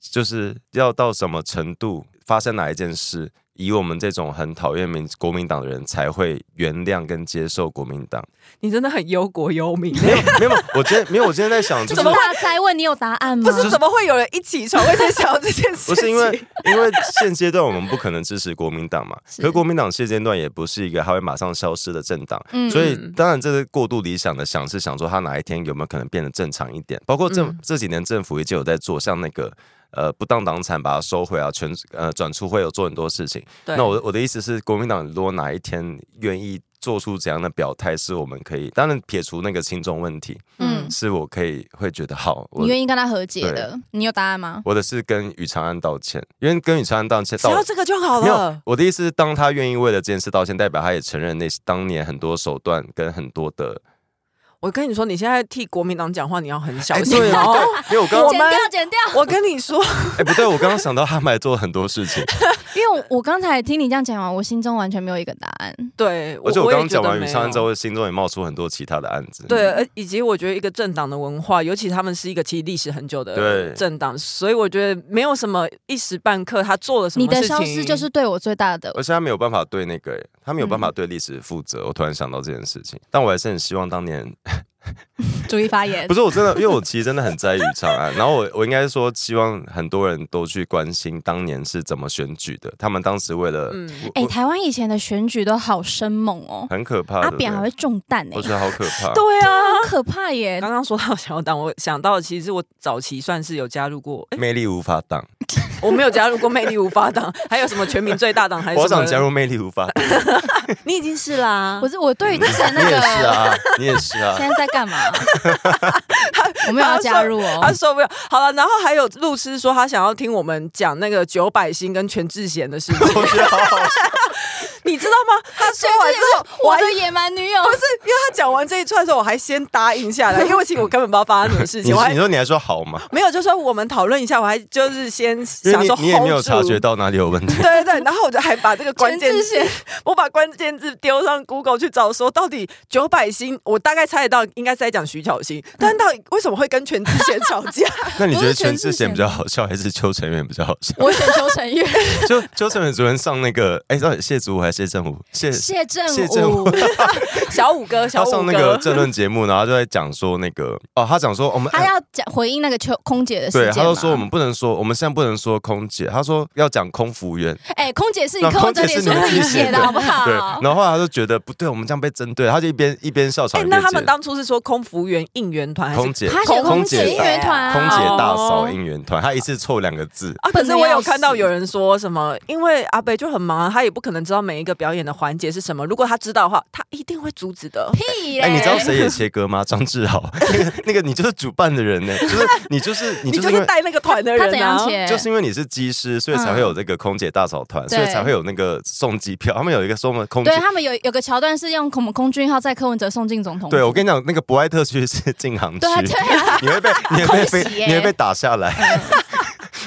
Speaker 3: 就是要到什么程度发生哪一件事，以我们这种很讨厌民国民党的人才会原谅跟接受国民 党。
Speaker 1: 你真的很忧国忧民。
Speaker 3: 没有没有，我今天没有，我今天在想，
Speaker 2: 这
Speaker 3: 就
Speaker 2: 个
Speaker 3: 是
Speaker 2: 大灾问你有答案 吗？
Speaker 1: 不是怎么会有人一起床会先想到这件事情？
Speaker 3: 不是因为，因为现阶段我们不可能支持国民党嘛，
Speaker 2: 是
Speaker 3: 可国民党现阶段也不是一个它会马上消失的政党，
Speaker 2: 嗯
Speaker 3: 所以当然这是过度理想的想是想说它哪一天有没有可能变得正常一点，包括政、
Speaker 2: 嗯
Speaker 3: 这几年政府也就有在做，像那个。呃，不当党产把它收回啊，全呃转出会有做很多事情。
Speaker 1: 对
Speaker 3: 那我我的意思是，国民党如果哪一天愿意做出怎样的表态，是我们可以当然撇除那个轻重问题，
Speaker 2: 嗯，
Speaker 3: 是我可以会觉得好，我
Speaker 2: 你愿意跟他和解的，你有答案吗？
Speaker 3: 我的是跟宇长安道歉，因为跟宇长安道歉
Speaker 1: 只
Speaker 3: 道
Speaker 1: 要这个就好
Speaker 3: 没有
Speaker 1: 了。，
Speaker 3: 我的意思是，当他愿意为了这件事道歉，代表他也承认那当年很多手段跟很多的
Speaker 1: 我跟你说，你现在替国民党讲话，你要很小心
Speaker 3: 哎对啊
Speaker 1: 哦。
Speaker 3: 因为我刚
Speaker 1: 我
Speaker 2: 剪
Speaker 1: 们
Speaker 2: 掉剪掉，
Speaker 1: 我跟你说，
Speaker 3: 哎不对，我刚刚想到他们还做了很多 事情，
Speaker 2: 因为我我刚才听你这样讲完，我心中完全没有一个答案。
Speaker 1: 对，
Speaker 3: 而且我
Speaker 1: 我也
Speaker 3: 刚刚
Speaker 1: 觉
Speaker 3: 讲
Speaker 1: 得
Speaker 3: 完
Speaker 1: 没
Speaker 3: 雨山之
Speaker 1: 有
Speaker 3: 后，心中也冒出很多其他的案子。
Speaker 1: 对，而以及我觉得一个政党的文化，尤其他们是一个其实历史很久的
Speaker 3: 对
Speaker 1: 政党，所以我觉得没有什么一时半刻他做了什么
Speaker 2: 你
Speaker 1: 事情。
Speaker 2: 的消失
Speaker 3: 啊
Speaker 2: 就是对我最大的
Speaker 3: 而且他没有办法对那个，他没有办
Speaker 1: 嗯
Speaker 3: 法对历史负责。我突然想到这件事情，但我还是很希望当年
Speaker 2: 注意发言
Speaker 3: 不。是 我真的，因为我其实真的很在意长安。然后我我应该说，希望很多人都去关心当年是怎么选举的。他们当时为了，
Speaker 1: 嗯
Speaker 2: 哎、
Speaker 3: 我
Speaker 2: 台湾以前的选举都好生猛哦，
Speaker 3: 很可怕，
Speaker 2: 阿
Speaker 3: 对不对
Speaker 2: 扁还会中弹哎、
Speaker 3: 我觉得好可怕。
Speaker 1: 对啊。
Speaker 2: 好可怕耶！
Speaker 1: 刚刚说到小党，我想到其实我早期算是有加入过， 哎，
Speaker 3: 魅力无法挡，
Speaker 1: 我没有加入过魅力无法党，还有什么全民最大党还是
Speaker 3: 我
Speaker 1: 什么？
Speaker 3: 想加入魅力无法挡。
Speaker 1: 你已经是啦
Speaker 2: 我，是我对于之前那
Speaker 3: 嗯
Speaker 2: 个
Speaker 3: 你也是啊，你也是啊
Speaker 2: 现。在在干 嘛？我没有要加入哦
Speaker 1: 他。受不了。好了，然后还有路痴说他想要听我们讲那个九百星跟全智贤的事情，
Speaker 3: 我觉 得好好笑
Speaker 1: 你知道吗？他说完之后，我
Speaker 2: 我
Speaker 1: 还
Speaker 2: 的野蛮女友
Speaker 1: 不是，因为他讲完这一串的时候，我还先答应下 来，因为其实我根本不知道发生什么事
Speaker 3: 你
Speaker 1: 情，我还
Speaker 3: 你说你还说好吗？
Speaker 1: 没有就说我们讨论一下，我还就是先
Speaker 3: 因
Speaker 1: 想
Speaker 3: 为
Speaker 1: 说
Speaker 3: 你你也没有
Speaker 1: hold 住
Speaker 3: 察觉。到哪里有问 题。
Speaker 1: 对对对，然后我就还把这个关键
Speaker 2: 全智
Speaker 1: 字， 我把关键字丢上 Google 去找，说到底九百星，我大概猜得到应该是在讲徐巧芯，但到底为什么会跟全智贤吵架？
Speaker 3: 那你觉
Speaker 2: 不
Speaker 3: 得
Speaker 2: 是全
Speaker 3: 全智
Speaker 2: 智贤
Speaker 3: 贤比较好笑，还是邱成远比较好笑？
Speaker 2: 我选邱成月、
Speaker 3: 就邱成远昨天上那个，哎，到底谢祖武还是谢振武？谢
Speaker 2: 谢振
Speaker 3: 谢振
Speaker 2: 武
Speaker 3: 武，
Speaker 1: 小五哥，小
Speaker 3: 他
Speaker 1: 五
Speaker 3: 上那
Speaker 1: 哥
Speaker 3: 个，政论节目，然后就在讲说那个哦，他讲说我们
Speaker 2: 他要讲回应那个邱空姐的事件
Speaker 3: 对，
Speaker 2: 嘛。
Speaker 3: 他就说我们不能说，我们现在不能说空姐，他说要讲空服员，
Speaker 2: 哎、空姐是你
Speaker 3: 那
Speaker 2: 柯文哲
Speaker 3: 空姐
Speaker 2: 脸
Speaker 3: 是
Speaker 2: 书
Speaker 3: 你
Speaker 2: 自己
Speaker 3: 自己
Speaker 2: 写的
Speaker 3: 写的
Speaker 2: 好不
Speaker 3: 对，
Speaker 2: 好
Speaker 3: 然？后后来他就觉得不对，我们这样被针对，他就一边一边笑场
Speaker 1: 哎
Speaker 3: 一，边
Speaker 1: 那
Speaker 3: 接
Speaker 1: 他们当初是说空服员应援团还是
Speaker 3: 空姐。
Speaker 2: 他写空
Speaker 3: 空
Speaker 2: 姐
Speaker 3: 姐
Speaker 2: 应援团、啊，
Speaker 3: 空姐大嫂
Speaker 1: 哦
Speaker 3: 应援团，他一次凑两个字，
Speaker 1: 啊，可
Speaker 2: 笨
Speaker 1: 是
Speaker 2: 得
Speaker 1: 我
Speaker 2: 要
Speaker 1: 有看到
Speaker 2: 死
Speaker 1: 有人说什么，因为阿北就很忙啊，他也不可能知道每一个表演的环节是什么。如果他知道的话，他一定会阻止的。
Speaker 2: 屁嘞！
Speaker 3: 哎、你知道谁也切割吗？张志豪， 那个那个你就是主办的人呢、就是你就是你
Speaker 1: 你
Speaker 3: 就
Speaker 1: 就
Speaker 3: 是因
Speaker 1: 是
Speaker 3: 为。
Speaker 1: 带那个团的人、啊，
Speaker 2: 他怎样切？
Speaker 3: 就是因为你是机师，所以才会有这个空姐大嫂团，
Speaker 2: 对
Speaker 3: 所以才会有那个送机票。他们有一个送的空姐
Speaker 2: 对，他们有有个桥段是用我们空军号载柯文哲送进总统府。
Speaker 3: 对我跟你讲，那个博爱特区是禁航区
Speaker 2: 对，啊对啊，
Speaker 3: 你会被你会被飞
Speaker 2: 空袭耶嗯
Speaker 3: 你会被打下来。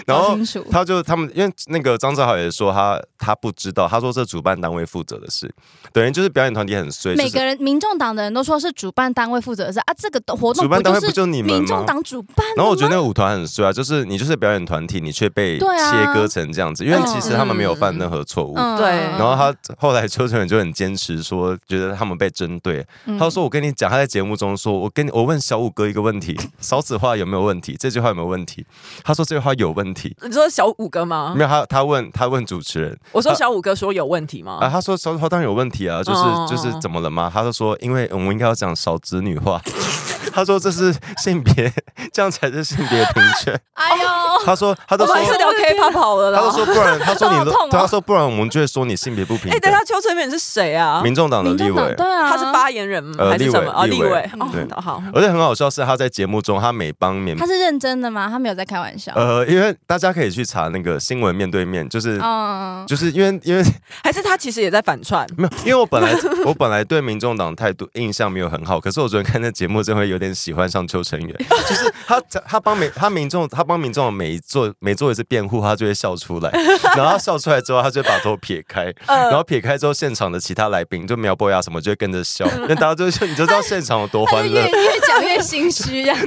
Speaker 3: 然
Speaker 2: 搞
Speaker 3: 后
Speaker 2: 清楚
Speaker 3: 他就他们，因为那个张志豪也说他他不知道，他说这主办单位负责的事，等于就是表演团体很衰，就
Speaker 2: 每
Speaker 3: 是
Speaker 2: 个人民众党的人都说是主办单位负责的事啊，这个活动
Speaker 3: 主办单位不
Speaker 2: 是
Speaker 3: 就你们吗
Speaker 2: 民众党主办的吗？
Speaker 3: 然后我觉得那个舞团很衰啊，就是你就是表演团体，你却被
Speaker 2: 对啊
Speaker 3: 切割成这样子，因为
Speaker 2: 嗯
Speaker 3: 其实他们没有犯任何错误。
Speaker 2: 嗯
Speaker 1: 对
Speaker 3: 然后他后来邱成远就很坚持说，觉得他们被针对。
Speaker 2: 嗯
Speaker 3: 他就说：“我跟你讲，他在节目中说，我跟你我问小五哥一个 问题，少子化有没有问题？这句话有没有问题？”他说：“这句话有问题。
Speaker 1: 你说小五哥”吗
Speaker 2: 嗯
Speaker 3: 没？有，他他问他问主持人
Speaker 1: 我说小五哥说有问题吗？
Speaker 2: 嗯
Speaker 3: 啊，他说少子化当然有问题啊，就是
Speaker 1: 哦
Speaker 3: 就是怎么了吗？他就说，因为我们应该要讲少子女化。 他说这是性别，这样才是性别平 权。
Speaker 2: 哎呦，
Speaker 3: 他说，他
Speaker 1: 我
Speaker 3: 都
Speaker 1: 们
Speaker 3: 说
Speaker 1: 还是聊 K-pop 好了啦
Speaker 3: 他。就说不然，他说你
Speaker 2: 头好痛哦
Speaker 3: 对，他说不然我们就会说你性别不平
Speaker 1: 哎、等
Speaker 3: 等
Speaker 1: 一。下邱成远是谁啊？
Speaker 3: 民众党的
Speaker 2: 民
Speaker 3: 立
Speaker 2: 众党
Speaker 3: 委，
Speaker 2: 对啊，嗯
Speaker 1: 他是发言人吗？
Speaker 3: 呃
Speaker 1: 还是什么？啊，
Speaker 3: 立
Speaker 1: 立
Speaker 3: 委
Speaker 1: 委
Speaker 3: 立
Speaker 1: 哦
Speaker 3: 委对，
Speaker 1: 好。
Speaker 3: 而且很好笑是他在节目中，他每帮免
Speaker 2: 他是认真的吗？他没有在开玩笑。
Speaker 3: 呃，因为大家可以去查那个新闻面对面，就是
Speaker 2: 嗯，
Speaker 3: 就是因为因为
Speaker 1: 还是他其实也在反串
Speaker 3: 没有，因为我本来我本来对民众党态度印象没有很好，可是我昨天看那节目，真会有点喜欢上邱 成远，就是他他帮民他民众他帮民众每一做每做一次辩护，他就会笑出 来，然后他笑出来之后，他就会把头撇开，
Speaker 2: 嗯
Speaker 3: 然后撇开之后，现场的其他来宾就苗博雅什么就会跟 着笑，那大家就就你就知道现场有多
Speaker 2: 他就
Speaker 3: 欢乐
Speaker 2: 越，越讲越心虚，这 样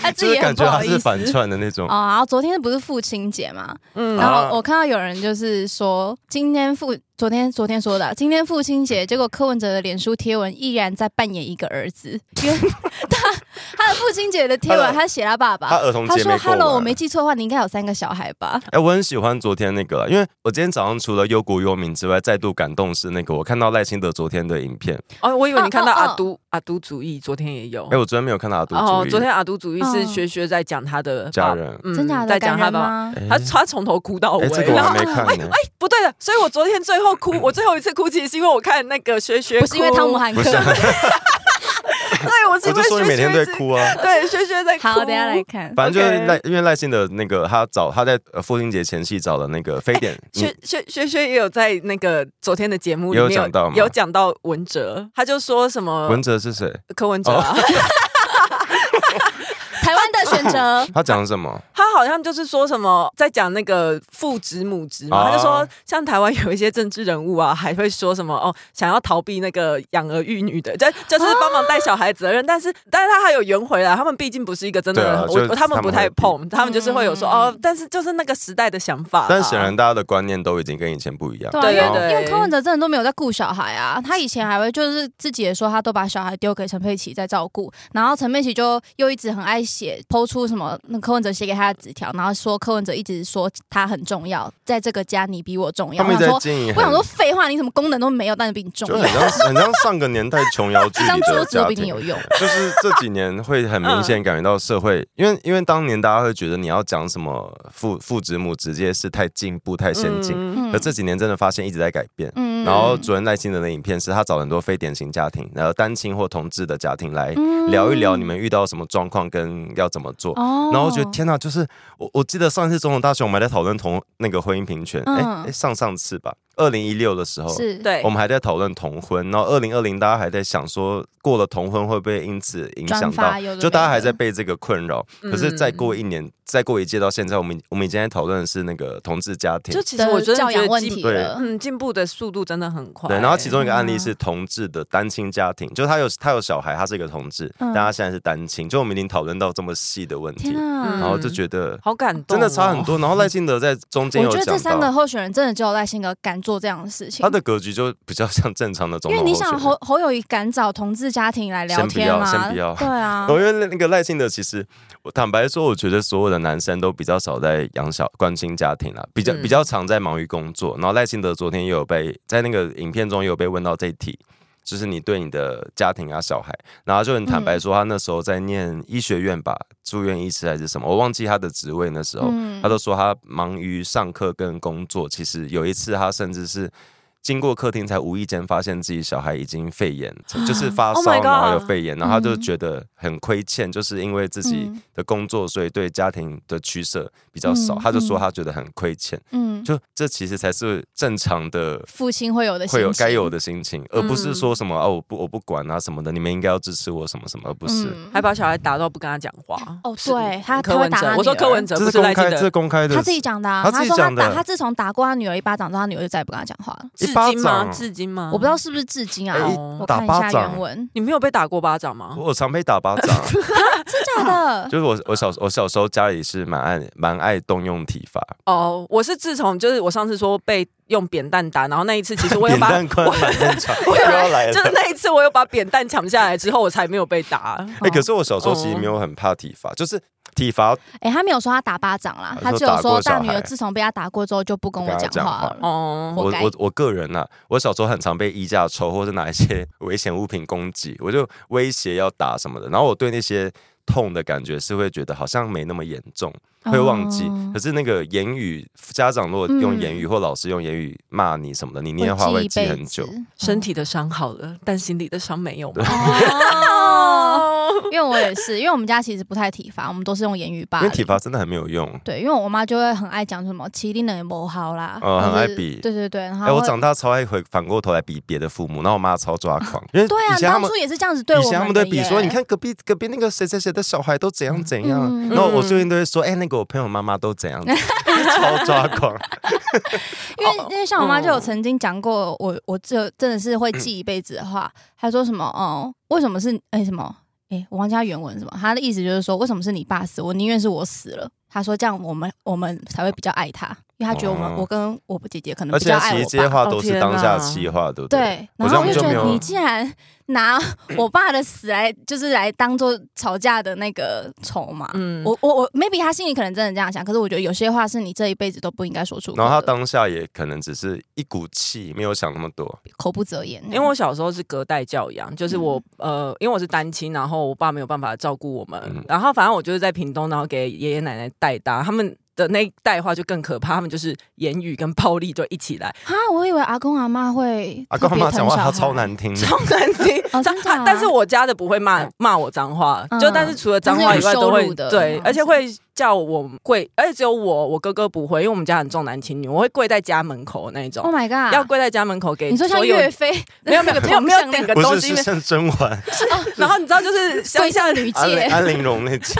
Speaker 2: 他自
Speaker 3: 就
Speaker 2: 己
Speaker 3: 是
Speaker 2: 也很
Speaker 3: 感
Speaker 2: 不
Speaker 3: 觉
Speaker 2: 好
Speaker 3: 他
Speaker 2: 意
Speaker 3: 是
Speaker 2: 思。
Speaker 3: 反串的那种。
Speaker 2: 哦，然后昨天不是父亲节嘛，嗯，然
Speaker 3: 啊
Speaker 2: 后我看到有人就是说，今天父昨天昨天说的啊，今天父亲节，结果柯文哲的脸书贴文依然在扮演一个儿子，因为 他他的父亲节的贴文，
Speaker 3: 他的
Speaker 2: 他写他爸
Speaker 3: 他
Speaker 2: 爸，
Speaker 3: 儿童
Speaker 2: 他
Speaker 3: 节
Speaker 2: 说
Speaker 3: 没过
Speaker 2: ：“Hello，我
Speaker 3: 完
Speaker 2: 没。记错的话，你应该有三个小孩吧
Speaker 3: 哎、我很喜欢昨天那个啦，因为我今天早上除了忧国忧民之外，再度感动是那个我看到赖清德昨天的影片。
Speaker 1: 哦，我以为你看到
Speaker 2: 哦哦哦
Speaker 1: 阿都、阿都主义，昨天也有。
Speaker 3: 哎、我昨天没有看到他读主
Speaker 1: 哦，
Speaker 3: 意
Speaker 1: 昨天阿都主义是
Speaker 2: 嗯
Speaker 1: 学学在讲他的
Speaker 3: 家
Speaker 1: 爸
Speaker 3: 人
Speaker 1: 嗯
Speaker 2: 真假的啊
Speaker 1: 在讲
Speaker 2: 感
Speaker 1: 他
Speaker 2: 人
Speaker 1: 爸。
Speaker 2: 吗？
Speaker 3: 哎
Speaker 1: 他他从头哭到尾，
Speaker 3: 哎、这个我
Speaker 1: 然后
Speaker 3: 还没看呢、
Speaker 1: 不对的，所以我昨天最后 哭，我最后一次哭泣是因为我看那个学学哭，
Speaker 2: 哎 不
Speaker 3: 啊
Speaker 2: 是因为汤姆汉
Speaker 3: 不
Speaker 2: 克，
Speaker 3: 是，
Speaker 1: 对，我是因
Speaker 3: 我就
Speaker 1: 为
Speaker 3: 说你每天都在哭嗯啊。
Speaker 1: 对，轩轩在哭。
Speaker 2: 好，等一下来看。
Speaker 3: 反正就是
Speaker 1: OK
Speaker 3: 赖，因为赖幸的那个他找他在呃父亲节前夕找了那个非
Speaker 2: 哎
Speaker 3: 典，
Speaker 1: 薛薛薛薛也有在那个昨天的节目里
Speaker 3: 也有
Speaker 1: 面
Speaker 3: 讲到吗
Speaker 1: 有讲到文哲，他就说什
Speaker 3: 嗯
Speaker 2: 呃
Speaker 1: 么
Speaker 3: 文哲是谁？
Speaker 1: 柯文哲啊，
Speaker 3: 哦
Speaker 2: 台湾的选择
Speaker 3: 他讲什
Speaker 2: 啊
Speaker 3: 么？
Speaker 1: 他好像就是说什么在讲那个父职母职嘛，
Speaker 3: 啊
Speaker 1: 他就说像台湾有一些政治人物啊， 还会说什么哦，想要逃避那个养儿育女的，就就是帮忙带小孩责任，但是但是他还有圆回来，他们毕竟不是一个真
Speaker 3: 对啊
Speaker 1: 的，
Speaker 3: 就
Speaker 1: 我
Speaker 3: 是
Speaker 1: 我他们不太
Speaker 3: 他
Speaker 1: 碰，他们就是会有说
Speaker 2: 嗯
Speaker 1: 哦，但是就是那个时代的想法啦，
Speaker 3: 但显然大家的观念都已经跟以前不一样。
Speaker 2: 对啊，
Speaker 1: 对
Speaker 2: 因
Speaker 3: 然后
Speaker 2: 为因为
Speaker 1: 对
Speaker 2: 柯文哲真的都没有在顾小孩啊，他以前还会就是自己也说他都把小孩丢给陈佩琪在照顾，然后陈佩琪就又一直很爱写，抛出什么那柯文哲写给他的纸条，然后说柯文哲一直说他很重要，在这个家你比我重要。
Speaker 3: 他
Speaker 2: 我
Speaker 3: 们一
Speaker 2: 想
Speaker 3: 直在
Speaker 2: 说，
Speaker 3: 经营
Speaker 2: 我
Speaker 3: 很，
Speaker 2: 想说废话，你什么功能都没有，但是比你重
Speaker 3: 就
Speaker 2: 要
Speaker 3: 很，像很像上个年代琼瑶 剧
Speaker 2: 这张
Speaker 3: 里
Speaker 2: 桌
Speaker 3: 的
Speaker 2: 子都
Speaker 3: 家
Speaker 2: 比你
Speaker 3: 庭
Speaker 2: 有。用。
Speaker 3: 就是这几年会很明显感觉到社会，
Speaker 2: 嗯
Speaker 3: 因为因为当年大家会觉得你要讲什么父父子母直接是太进步太先进，
Speaker 1: 嗯
Speaker 2: 嗯
Speaker 3: 可这几年真的发现一直在改变。
Speaker 2: 嗯
Speaker 3: 然后主任赖清德的影片是他找了很多非典型家庭，然后单亲或同志的家庭来聊一聊你们遇到什么状况跟要怎么做。
Speaker 2: 嗯哦
Speaker 3: 然后我觉得天哪，就是我我记得上一次总统大选我们还在讨论同那个婚姻平权，哎、
Speaker 2: 嗯
Speaker 3: 哎上上次吧，二零一六的时候，
Speaker 2: 是，
Speaker 1: 对
Speaker 3: 我，们还在讨论同婚，然后二零二零大家还在想说过了同婚会不会因此影响
Speaker 2: 转
Speaker 3: 到
Speaker 2: 发有的没，的
Speaker 3: 就大家还在被这个困扰。
Speaker 1: 嗯
Speaker 3: 可是再过一年，再过一届到现在，我们我们已经在讨论的是那个同志家庭
Speaker 1: 就。其实我真的
Speaker 2: 教
Speaker 1: 觉
Speaker 2: 养
Speaker 1: 得
Speaker 2: 问
Speaker 1: 进
Speaker 2: 题
Speaker 3: 对
Speaker 2: 了。
Speaker 1: 嗯进步的速度真的很快，欸
Speaker 3: 对，然后其
Speaker 2: 哎
Speaker 3: 中一个案例是同志的单亲家庭，就他有他有小孩，他是一个同志，
Speaker 2: 嗯
Speaker 3: 但他现在是单亲，就我们已经讨论到这么细的问题
Speaker 2: 天，啊！
Speaker 3: 然后就觉得
Speaker 1: 好感动，哦
Speaker 3: 真的差很。多。然后赖清德在中间
Speaker 2: 哦我
Speaker 3: 有
Speaker 2: 觉得这三
Speaker 3: 讲
Speaker 2: 个
Speaker 3: 到，
Speaker 2: 候选人真的只有赖幸德敢做这样的事情。
Speaker 3: 他的格局就比较像正常的总
Speaker 2: 因
Speaker 3: 统
Speaker 2: 为
Speaker 3: 候选人。
Speaker 2: 你想侯侯友谊敢找同志家庭来聊天吗？
Speaker 3: 先不要先
Speaker 2: 对啊
Speaker 3: 哦，，因为那那个赖幸德，其实我坦白说，我觉得所有的男生都比较少在养小关心家庭啦，比较、
Speaker 1: 嗯
Speaker 3: 比较常在忙于工作。然后赖幸德昨天也有被在那个影片中也有被问到这一题，就是你对你的家庭啊小孩，然后他就很坦白说，他那时候在念医学院吧，住院医师还是什么，我忘记他的职位那时候，
Speaker 2: 嗯
Speaker 3: 哦他都说他忙于上课跟工作。其实有一次他甚至是。经过客厅才无意间发现自己小孩已经肺炎， 就是发
Speaker 1: Oh
Speaker 3: 烧
Speaker 1: my
Speaker 3: 然后有
Speaker 1: God
Speaker 3: 肺炎，然后他就
Speaker 2: 嗯
Speaker 3: 觉得很亏欠，就是因为自己
Speaker 2: 嗯
Speaker 3: 的工作，所以对家庭的取舍比较少，
Speaker 2: 嗯
Speaker 3: 他就说
Speaker 2: 嗯
Speaker 3: 他觉得很亏欠。
Speaker 2: 嗯，
Speaker 3: 就这其实才是正常的
Speaker 2: 父亲会有的
Speaker 3: 会有
Speaker 2: 心情嗯
Speaker 3: 该有的心情，而不是说什么啊我不我不管啊什么的，你们应该要支持我什么什么，而不是。
Speaker 2: 嗯
Speaker 1: 还把小孩打到不跟他讲话。
Speaker 2: 哦
Speaker 1: 是
Speaker 2: 对他
Speaker 1: 柯
Speaker 2: 他会
Speaker 1: 文
Speaker 2: 打
Speaker 1: 哲
Speaker 2: 他，
Speaker 1: 我说
Speaker 2: 女儿
Speaker 1: 柯文哲
Speaker 3: 这
Speaker 1: 不
Speaker 3: 是
Speaker 1: 是
Speaker 3: 公
Speaker 1: 赖清
Speaker 3: 开，这是
Speaker 1: 德，
Speaker 3: 公开的，
Speaker 2: 他自己讲的、啊，
Speaker 3: 他自己
Speaker 2: 说他
Speaker 3: 讲的
Speaker 2: 打他自从打过他女儿一巴掌之后，他女儿就再也不跟他讲话了。
Speaker 3: 一
Speaker 1: 至
Speaker 3: 巴
Speaker 1: 今吗？
Speaker 3: 掌啊
Speaker 1: 至今吗？
Speaker 2: 我不知道，是不是至今啊，
Speaker 3: 哎
Speaker 2: 我看一下
Speaker 3: 打巴掌
Speaker 2: 原文，
Speaker 1: 你没有被打过巴掌吗？
Speaker 3: 我常被打巴掌，啊
Speaker 2: 真假的？
Speaker 3: 就是我我小我小时候家里是蛮爱蛮爱动用体罚，
Speaker 1: 哦，我是自从就是我上次说被用扁担打，然后那一次其实我有
Speaker 3: 扁
Speaker 1: 把，
Speaker 3: 担宽满现场，又
Speaker 1: 我有
Speaker 3: 要来了，
Speaker 1: 就是那一次我有把扁担抢下来之后，我才没有被打。
Speaker 3: 哎、可是我小时候其实没有很怕体罚，就是体罚
Speaker 2: 哎、他没有说他打巴掌啦，他
Speaker 3: 他说
Speaker 2: 只有
Speaker 3: 打过
Speaker 2: 说
Speaker 3: 小
Speaker 2: 大女
Speaker 3: 孩
Speaker 2: 儿自从被他打过之后就不跟
Speaker 3: 不
Speaker 2: 我
Speaker 3: 跟他
Speaker 2: 讲
Speaker 3: 讲
Speaker 2: 话
Speaker 3: 话
Speaker 2: 了。
Speaker 1: 哦，
Speaker 3: 我
Speaker 2: 活该
Speaker 3: 我我个人呐、啊，我小时候很常被衣架抽或者拿一些 危险物品攻击，我就威胁要打什么的。然后我对那些痛的感觉是会觉得好像没那么严重，会忘记。
Speaker 2: 哦
Speaker 3: 可是那个言语，家长如果用言语、或老师用言语骂你什么的，你那些话会记
Speaker 2: 一辈
Speaker 3: 很久
Speaker 2: 子。
Speaker 1: 身体的伤好了，但心里的伤没有吗？
Speaker 2: 哦，因为我也是，因为我们家其实不太体罚，我们都是用言语霸
Speaker 3: 因
Speaker 2: 凌。
Speaker 3: 为体罚真的很没有用。
Speaker 2: 对，因为我妈就会很爱讲什么“麒麟能也不好啦”，
Speaker 3: 哦很
Speaker 2: 或是
Speaker 3: 爱比
Speaker 2: 对对对，然后
Speaker 3: 哎、
Speaker 2: 会、
Speaker 3: 我长大超爱回反过头来比别的父母，然后我妈超抓狂，因为
Speaker 2: 对啊，
Speaker 3: 以
Speaker 2: 你
Speaker 3: 前他
Speaker 2: 当
Speaker 3: 们
Speaker 2: 初也是这样子对我
Speaker 3: 以前他们都
Speaker 2: 的
Speaker 3: 会比
Speaker 2: 耶
Speaker 3: 说，你看隔壁隔壁那个谁谁谁的小孩都怎样怎样，
Speaker 2: 嗯
Speaker 3: 然后我最近都会说，哎、那个我朋友妈妈都怎样，超抓狂。
Speaker 2: 因
Speaker 3: 哦
Speaker 2: 为因为像我妈就有
Speaker 1: 嗯
Speaker 2: 曾经讲过，我我这真的是会记一辈子的话，她说什么哦、为什么是哎、什么哎、我忘记她原文是什么，她的意思就是说，为什么是你爸死，我宁愿是我死了。她说这样我们我们才会比较爱他，因为她觉得我们、
Speaker 3: 哦
Speaker 2: 我跟我姐姐可能
Speaker 3: 而
Speaker 2: 比较
Speaker 3: 且
Speaker 2: 爱
Speaker 3: 其实
Speaker 2: 我
Speaker 3: 这些
Speaker 2: 爸。
Speaker 3: 话
Speaker 1: 哦
Speaker 3: 都是
Speaker 1: 天
Speaker 3: 当
Speaker 1: 哪
Speaker 3: 下气话，对不对？
Speaker 2: 对，
Speaker 3: 我
Speaker 2: 然后
Speaker 3: 这样
Speaker 2: 我就
Speaker 3: 就
Speaker 2: 觉
Speaker 3: 没有
Speaker 2: 得你竟 然拿我爸的死来，就是来当做吵架的那个筹码。
Speaker 1: 嗯，
Speaker 2: 我我我，maybe 他心里可能真的这样想，可是我觉得有些话是你这一辈子都不应该说出口的，
Speaker 3: 然后他当下也可能只是一股气，没有想那么多。
Speaker 2: 口不择言那样，
Speaker 1: 因为我小时候是隔代教养，就是我、
Speaker 2: 嗯
Speaker 1: 呃，因为我是单亲，然后我爸没有办法照顾我们，
Speaker 3: 嗯
Speaker 1: 然后反正我就是在屏东，然后给爷爷奶奶带大，他们。的那一代话就更可怕，他们就是言语跟暴力就一起来，
Speaker 2: 哈，我以为阿公阿妈会
Speaker 3: 阿公阿妈讲话他超
Speaker 2: 特
Speaker 3: 难听的，
Speaker 1: 超难听。
Speaker 2: 嗯哦真的啊
Speaker 1: 但但是我家的不会骂骂我脏话，
Speaker 2: 嗯
Speaker 1: 就但是除了脏话以外
Speaker 2: 但是有
Speaker 1: 都
Speaker 2: 羞
Speaker 1: 会
Speaker 2: 辱的
Speaker 1: 对
Speaker 2: 嗯，
Speaker 1: 而且会叫我跪，而且只有我我哥哥不会，因为我们家很重男轻女，我会跪在家门口的那一
Speaker 2: 别疼小孩。Oh
Speaker 1: 种，
Speaker 2: my god！
Speaker 1: 要跪在家门口给
Speaker 2: 你说像
Speaker 1: 所有
Speaker 2: 岳飞
Speaker 1: 没有没 有没有没有
Speaker 2: 那
Speaker 1: 顶个
Speaker 2: 个铜像
Speaker 3: 不
Speaker 1: 东
Speaker 3: 是
Speaker 1: 西
Speaker 3: 是，像甄 嬛、
Speaker 1: 然后你知道就是乡
Speaker 2: 跪
Speaker 1: 下
Speaker 2: 下吕
Speaker 3: 安陵
Speaker 2: 介，
Speaker 3: 安陵容那集，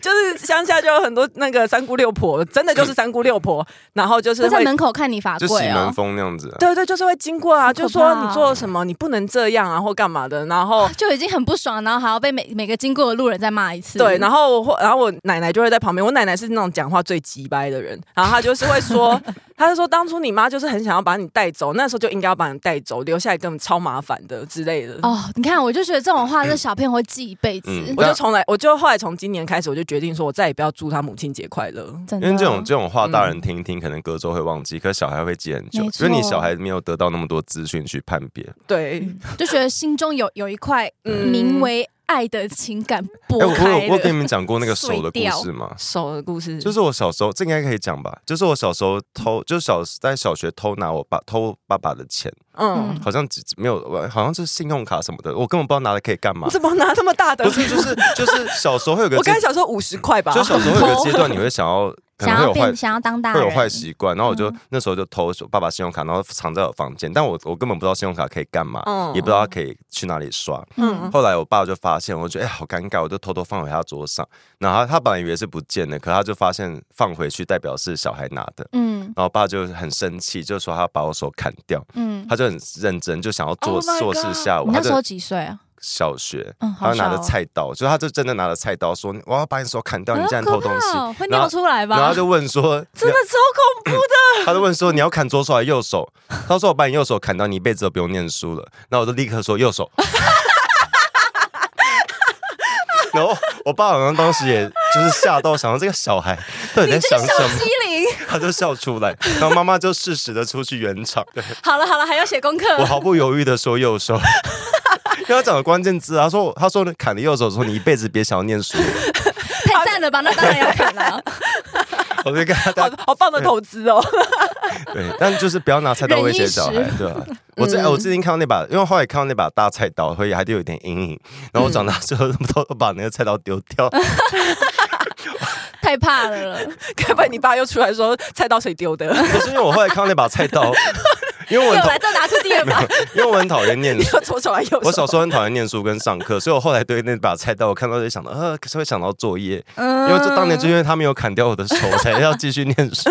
Speaker 1: 就是乡下就有很多那个三姑六婆，真的就是三姑六婆，然后就是
Speaker 2: 会在
Speaker 1: 会。
Speaker 2: 门口看你罚
Speaker 3: 就喜
Speaker 2: 跪
Speaker 3: 门
Speaker 2: 哦。
Speaker 3: 风那样子啊。
Speaker 1: 对对，就是会经过啊，
Speaker 2: 好可怕
Speaker 1: 就说你做了什么，你不能这样啊，或干嘛的。然后
Speaker 2: 就已经很不爽，然后还要被每每个经过的路人再骂一次。
Speaker 1: 对，然后我会，然后我奶奶就会在旁边。我奶奶是那种讲话最急掰的人，然后她就是会说， 她就说当初你妈就是很想要把你带走，那时候就应该要把你带走，留下来根本超麻烦的之类的。
Speaker 2: 哦，你看，我就觉得这种 话，这小片会记一辈子。
Speaker 3: 嗯
Speaker 1: 我就从来，我就后来从今年开始，我就决定说，我再也不要祝她母亲节快乐。
Speaker 2: 真的，
Speaker 3: 因为这种这种话，
Speaker 1: 嗯
Speaker 3: 大人听一听，可能隔周会忘记，可是小孩会记很久，
Speaker 2: 没
Speaker 3: 因
Speaker 2: 错
Speaker 3: 为你小孩没有得到那么多资讯去判别。
Speaker 1: 对，
Speaker 2: 就觉得心中有有一块
Speaker 1: 嗯
Speaker 2: 名为爱的情感
Speaker 3: 哎，
Speaker 2: 剥
Speaker 3: 我
Speaker 2: 开
Speaker 3: 我有我有跟你
Speaker 2: 了。
Speaker 3: 们讲过 那个
Speaker 2: 碎
Speaker 3: 手的
Speaker 2: 掉
Speaker 3: 故事吗？
Speaker 1: 手的故事
Speaker 3: 就是我小时候，这应该可以讲吧？就是我小时候
Speaker 2: 嗯
Speaker 3: 偷，就是小在小学偷拿我爸偷爸爸的钱，
Speaker 1: 嗯，
Speaker 3: 好像只没有，好像是信用卡什么的，我根本不知道拿来可以干嘛
Speaker 1: 你。怎么拿这么大的？
Speaker 3: 不是，就是就是小时候会有个
Speaker 1: 我
Speaker 3: 阶
Speaker 1: 刚才，想说五十块吧，
Speaker 3: 就小时候会有个阶段，你会想要可 能
Speaker 2: 想
Speaker 3: 会
Speaker 2: 要
Speaker 3: 有坏
Speaker 2: 变，想要当大
Speaker 3: 会
Speaker 2: 人，嗯
Speaker 3: 有坏习惯，然后我就、那时候就偷爸爸信用卡，然后藏在我房间，但我我根本不知道信用卡可以干嘛，
Speaker 1: 嗯
Speaker 3: 也不知道可以去哪里刷。
Speaker 1: 嗯
Speaker 3: 后来我爸就发现，我就觉得哎、好尴尬，我就偷偷放回他桌上。然后他他本来以为是不见的，可他就发现放回去代表是小孩拿的。
Speaker 2: 嗯
Speaker 3: 然后我爸就很生气，就说他要把我手砍掉，
Speaker 2: 嗯。
Speaker 3: 他就很认真，就想要做
Speaker 1: Oh my
Speaker 3: 做
Speaker 1: God
Speaker 3: 事吓我。
Speaker 2: 你
Speaker 3: 他
Speaker 2: 那时
Speaker 3: 就
Speaker 2: 候几岁啊？
Speaker 3: 小学，
Speaker 2: 嗯
Speaker 3: 他
Speaker 2: 好
Speaker 3: 就拿着
Speaker 2: 小哦
Speaker 3: 菜刀，就他就真的拿着菜刀说：“我要把你手砍掉，你
Speaker 2: 好
Speaker 3: 竟然
Speaker 2: 可
Speaker 3: 偷东
Speaker 2: 怕
Speaker 3: 西。
Speaker 2: 哦会
Speaker 3: 然后
Speaker 2: 尿出来
Speaker 3: 然后他
Speaker 2: 吧？
Speaker 3: 就问说：“
Speaker 1: 真的超恐怖的。
Speaker 3: 他就问说你要砍左手还是右手？他说我把你右手砍到你一辈子都不用念书了。那我就立刻说右手。 然后我爸好像当时也就是吓到，想到这个小孩到底在想什么，
Speaker 2: 机灵，
Speaker 3: 他就笑出来。然后妈妈就适时的出去圆场，对
Speaker 2: 好了好了，还要写功课
Speaker 3: 我。毫不犹豫的说右手。 因为他讲的关键字啊，他说他说砍了右手，说你一辈子别想要念书了。
Speaker 2: 太赞了吧？那当然要看 了，
Speaker 3: 我就跟他
Speaker 1: 好好棒的投资哦！
Speaker 3: 嗯 对，但就是不要拿菜刀威胁小孩
Speaker 2: 忍一，嗯
Speaker 3: 对吧、我最、我最近看到那把，因为后来看到那把大菜刀，所以还是有一点阴影。然后我长
Speaker 2: 嗯
Speaker 3: 大之后，都都把那个菜刀丢掉。
Speaker 2: 太怕了。
Speaker 1: 该不会你爸又出来说菜刀谁丢的？
Speaker 3: 可是因为我后来看到那把菜刀，因为我
Speaker 2: 又
Speaker 3: 很讨
Speaker 2: 来，再拿出第二把。
Speaker 3: 因为我很讨厌念
Speaker 1: 你
Speaker 3: 书。
Speaker 1: 说左手还是右手？
Speaker 3: 我小时候很讨厌念书跟上课，所以我后来对那把菜刀，我看到就想到，呃，可是会想到作业，因
Speaker 2: 嗯
Speaker 3: 为就当年就因为他没有砍掉我的手，我才要继续念书。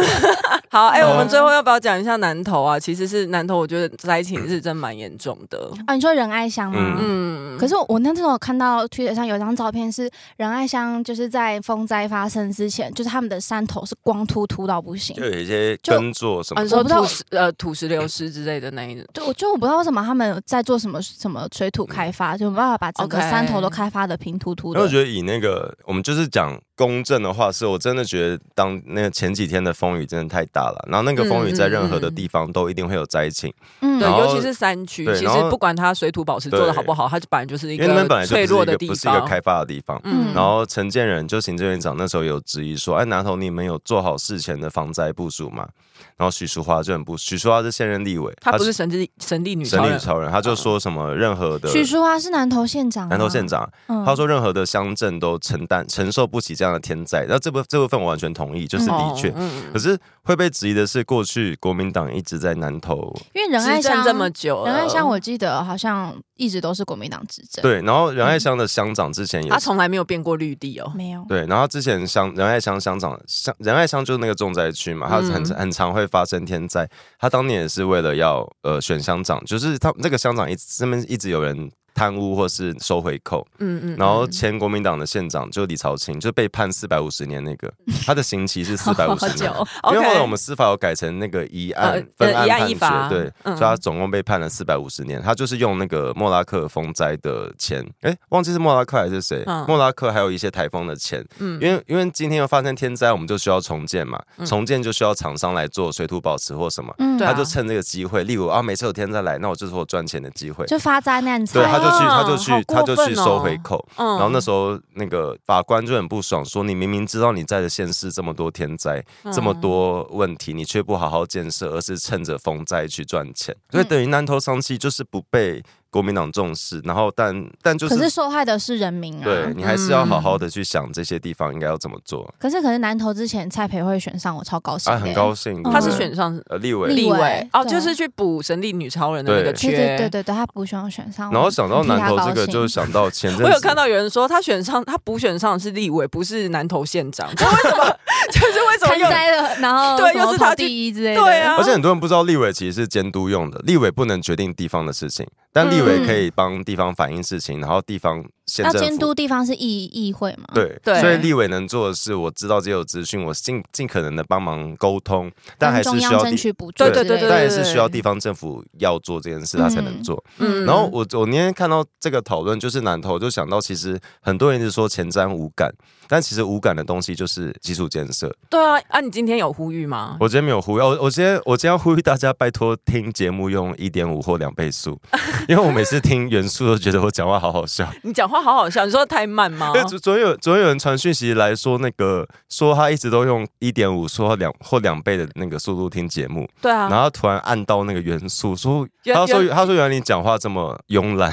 Speaker 1: 好，哎、
Speaker 3: 嗯
Speaker 1: 我们最后要不要讲一下南投啊？其实是南投，我觉得灾情是真蛮严重的。
Speaker 2: 啊，你说仁爱乡吗？
Speaker 1: 嗯，
Speaker 2: 可是我那时候看到推特上有张照片，是仁爱乡，就是在风灾发生之前，就是他们的山头是光秃秃到不行
Speaker 3: 就。有一些
Speaker 2: 就哦
Speaker 3: 耕作什
Speaker 1: 啊，
Speaker 3: 么
Speaker 1: 你
Speaker 3: 的，
Speaker 1: 说
Speaker 2: 我不知道
Speaker 1: 土石呃土石流失之类的那一种，
Speaker 2: 对，我就我不知道为什么他们在做什么什么水土开发，就没办法把整个
Speaker 1: OK
Speaker 2: 山头都开发的平秃秃
Speaker 3: 因为我
Speaker 2: 的。
Speaker 3: 觉得以那个我们就是讲公正的话，是我真的觉得当那个前几天的风雨真的太大了，然后那个风雨在任
Speaker 1: 嗯
Speaker 3: 何的地方都一定会有灾情，
Speaker 2: 嗯
Speaker 1: 对，
Speaker 3: 然后
Speaker 1: 尤其是山区，
Speaker 3: 对
Speaker 1: 其
Speaker 3: 然
Speaker 1: 实
Speaker 3: 后
Speaker 1: 不管它水土保持做的好不好，它本来就是一
Speaker 3: 因为那边本
Speaker 1: 个
Speaker 3: 来就不
Speaker 1: 脆
Speaker 3: 是
Speaker 1: 弱
Speaker 3: 一
Speaker 1: 的
Speaker 3: 个
Speaker 1: 地
Speaker 3: 不是一个
Speaker 1: 方。
Speaker 3: 开发的地方。
Speaker 2: 嗯
Speaker 3: 然后陈建仁就行政院长那时候有质疑说：“哎，南投你们有做好事前的防灾部署吗？”然后许淑华就很不，许淑华是现任立委，
Speaker 1: 她不是神力神力女
Speaker 3: 神
Speaker 1: 超
Speaker 3: 力
Speaker 1: 人嗯
Speaker 3: 女，超人，他就说什么任何的
Speaker 2: 许淑华是南投县长，
Speaker 3: 南投县，长，
Speaker 2: 嗯
Speaker 3: 他说任何的乡镇都承担承受不起这样的天灾。那这部这部分我完全同意，就是的确
Speaker 1: 哦，嗯
Speaker 3: 可是会被质疑的是，过去国民党一直在南投
Speaker 2: 因为仁爱
Speaker 1: 执政
Speaker 2: 乡
Speaker 1: 这么久了，
Speaker 2: 仁爱乡，我记得好像一直都是国民党执政，
Speaker 3: 对，然后仁爱乡的乡长之前也
Speaker 1: 他啊
Speaker 3: 是、
Speaker 1: 从来没有变过绿地哦。
Speaker 2: 没有。
Speaker 3: 对，然后之前乡仁爱乡乡长乡仁爱乡就是那个重灾区嘛，他很、
Speaker 1: 嗯
Speaker 3: 很常会发生天灾。他当年也是为了要呃选乡长，就是他这个乡长一直身边一直有人贪污或是收回扣，
Speaker 1: 嗯嗯，
Speaker 3: 然后前国民党的县长就李朝清就被判四百五十年那个，他的刑期是四百五 十
Speaker 2: 好久
Speaker 3: 年。
Speaker 2: 哦
Speaker 3: 因为后来
Speaker 1: OK
Speaker 3: 我们司法有改成那个一案、
Speaker 1: 呃
Speaker 3: 分
Speaker 1: 呃一案
Speaker 3: 案
Speaker 1: 一罚
Speaker 3: 判决，对，
Speaker 1: 嗯
Speaker 3: 所以他总共被判了四百五十年。他就是用那个莫拉克风灾的钱，哎，忘记是莫拉克还是谁，
Speaker 1: 嗯
Speaker 3: 莫拉克还有一些台风的钱，
Speaker 1: 嗯
Speaker 3: 因为因为今天又发生天灾，我们就需要重建嘛，重建就需要厂商来做水土保持或什么，
Speaker 2: 嗯
Speaker 1: 对啊
Speaker 3: 他就趁这个机会，例如啊，每次有天灾来，那我就是我赚钱的机会，
Speaker 2: 就发灾难财，哦
Speaker 3: 对，他就就去他就去、
Speaker 1: 好
Speaker 3: 他
Speaker 1: 过
Speaker 3: 就
Speaker 1: 分
Speaker 3: 去
Speaker 1: 哦
Speaker 3: 收回扣。
Speaker 1: 嗯
Speaker 3: 然后那时候那个法官就很不爽，说你明明知道你在的县市这么多天灾、这么多问题，你却不好好建设，而是趁着风灾去赚钱，所以等于南投商机就是不被国民党重视。然后但但就
Speaker 2: 可是
Speaker 3: 是。
Speaker 2: 受害的是人民啊。
Speaker 3: 对你还是要好好的去想这些地方应该要怎么做
Speaker 2: 可是可是南投之前蔡培慧选上，我超高兴、
Speaker 3: 啊，
Speaker 2: 的。
Speaker 3: 很高兴。
Speaker 2: 嗯
Speaker 1: 他是
Speaker 3: 对
Speaker 1: 选上
Speaker 3: 呃立
Speaker 2: 立
Speaker 3: 委，
Speaker 1: 立委
Speaker 2: 委
Speaker 1: 哦，
Speaker 2: 对
Speaker 1: 就是去补神力女超人的那个
Speaker 3: 对
Speaker 2: 对
Speaker 1: 缺。
Speaker 2: 对对对对，他补选选上，
Speaker 3: 然后想 到
Speaker 2: 我替他
Speaker 3: 南投这
Speaker 2: 高
Speaker 3: 个，
Speaker 2: 兴
Speaker 3: 就想到前阵子
Speaker 1: 我有看到有人说他选上，他补选上的是立委，不是南投县长，就 为什么？就是为什么
Speaker 2: 参
Speaker 1: 又
Speaker 2: 灾了，然后
Speaker 1: 对
Speaker 2: 什么
Speaker 1: 又是他
Speaker 2: 跑
Speaker 1: 去
Speaker 2: 第一之类的，
Speaker 1: 对啊？
Speaker 3: 而且很多人不知道立委其实是监督用的，立委不能决定地方的事情，
Speaker 2: 嗯
Speaker 3: 但立委可以帮地方反映事情，然后地方县
Speaker 2: 要
Speaker 3: 政府
Speaker 2: 监督地方是议议会嘛？，
Speaker 3: 对，
Speaker 1: 对
Speaker 3: 所以立委能做的是，我知道这有资讯，我尽尽可能的帮忙沟通，但还
Speaker 2: 跟
Speaker 3: 是
Speaker 2: 中
Speaker 3: 需
Speaker 2: 央
Speaker 3: 要
Speaker 2: 争
Speaker 3: 地，
Speaker 2: 取补助之类的，
Speaker 1: 对对对
Speaker 3: 但还是需要地方政府要做这件事，他才能做。
Speaker 1: 嗯
Speaker 3: 然后我我那天看到这个讨论，就是南投，我就想到其实很多人一直说前瞻无感，但其实无感的东西就是基础建设。
Speaker 1: 对啊，啊，你今天有呼吁吗？
Speaker 3: 我今天没有呼吁，我我今天我今天要呼吁大家，拜托听节目用一点五或两 倍速，因为我每次听原速都觉得我讲话好好笑。
Speaker 1: 你讲话好好笑，你说太慢吗
Speaker 3: 因？为昨昨天有昨天有人传讯息来说，那个说他一直都用一点五说两或两倍的那个速度听节目，
Speaker 1: 对啊
Speaker 3: 然，后他突然按到那个元素，说
Speaker 1: 原
Speaker 3: 他说
Speaker 1: 原
Speaker 3: 他说原来你讲话这么慵懒，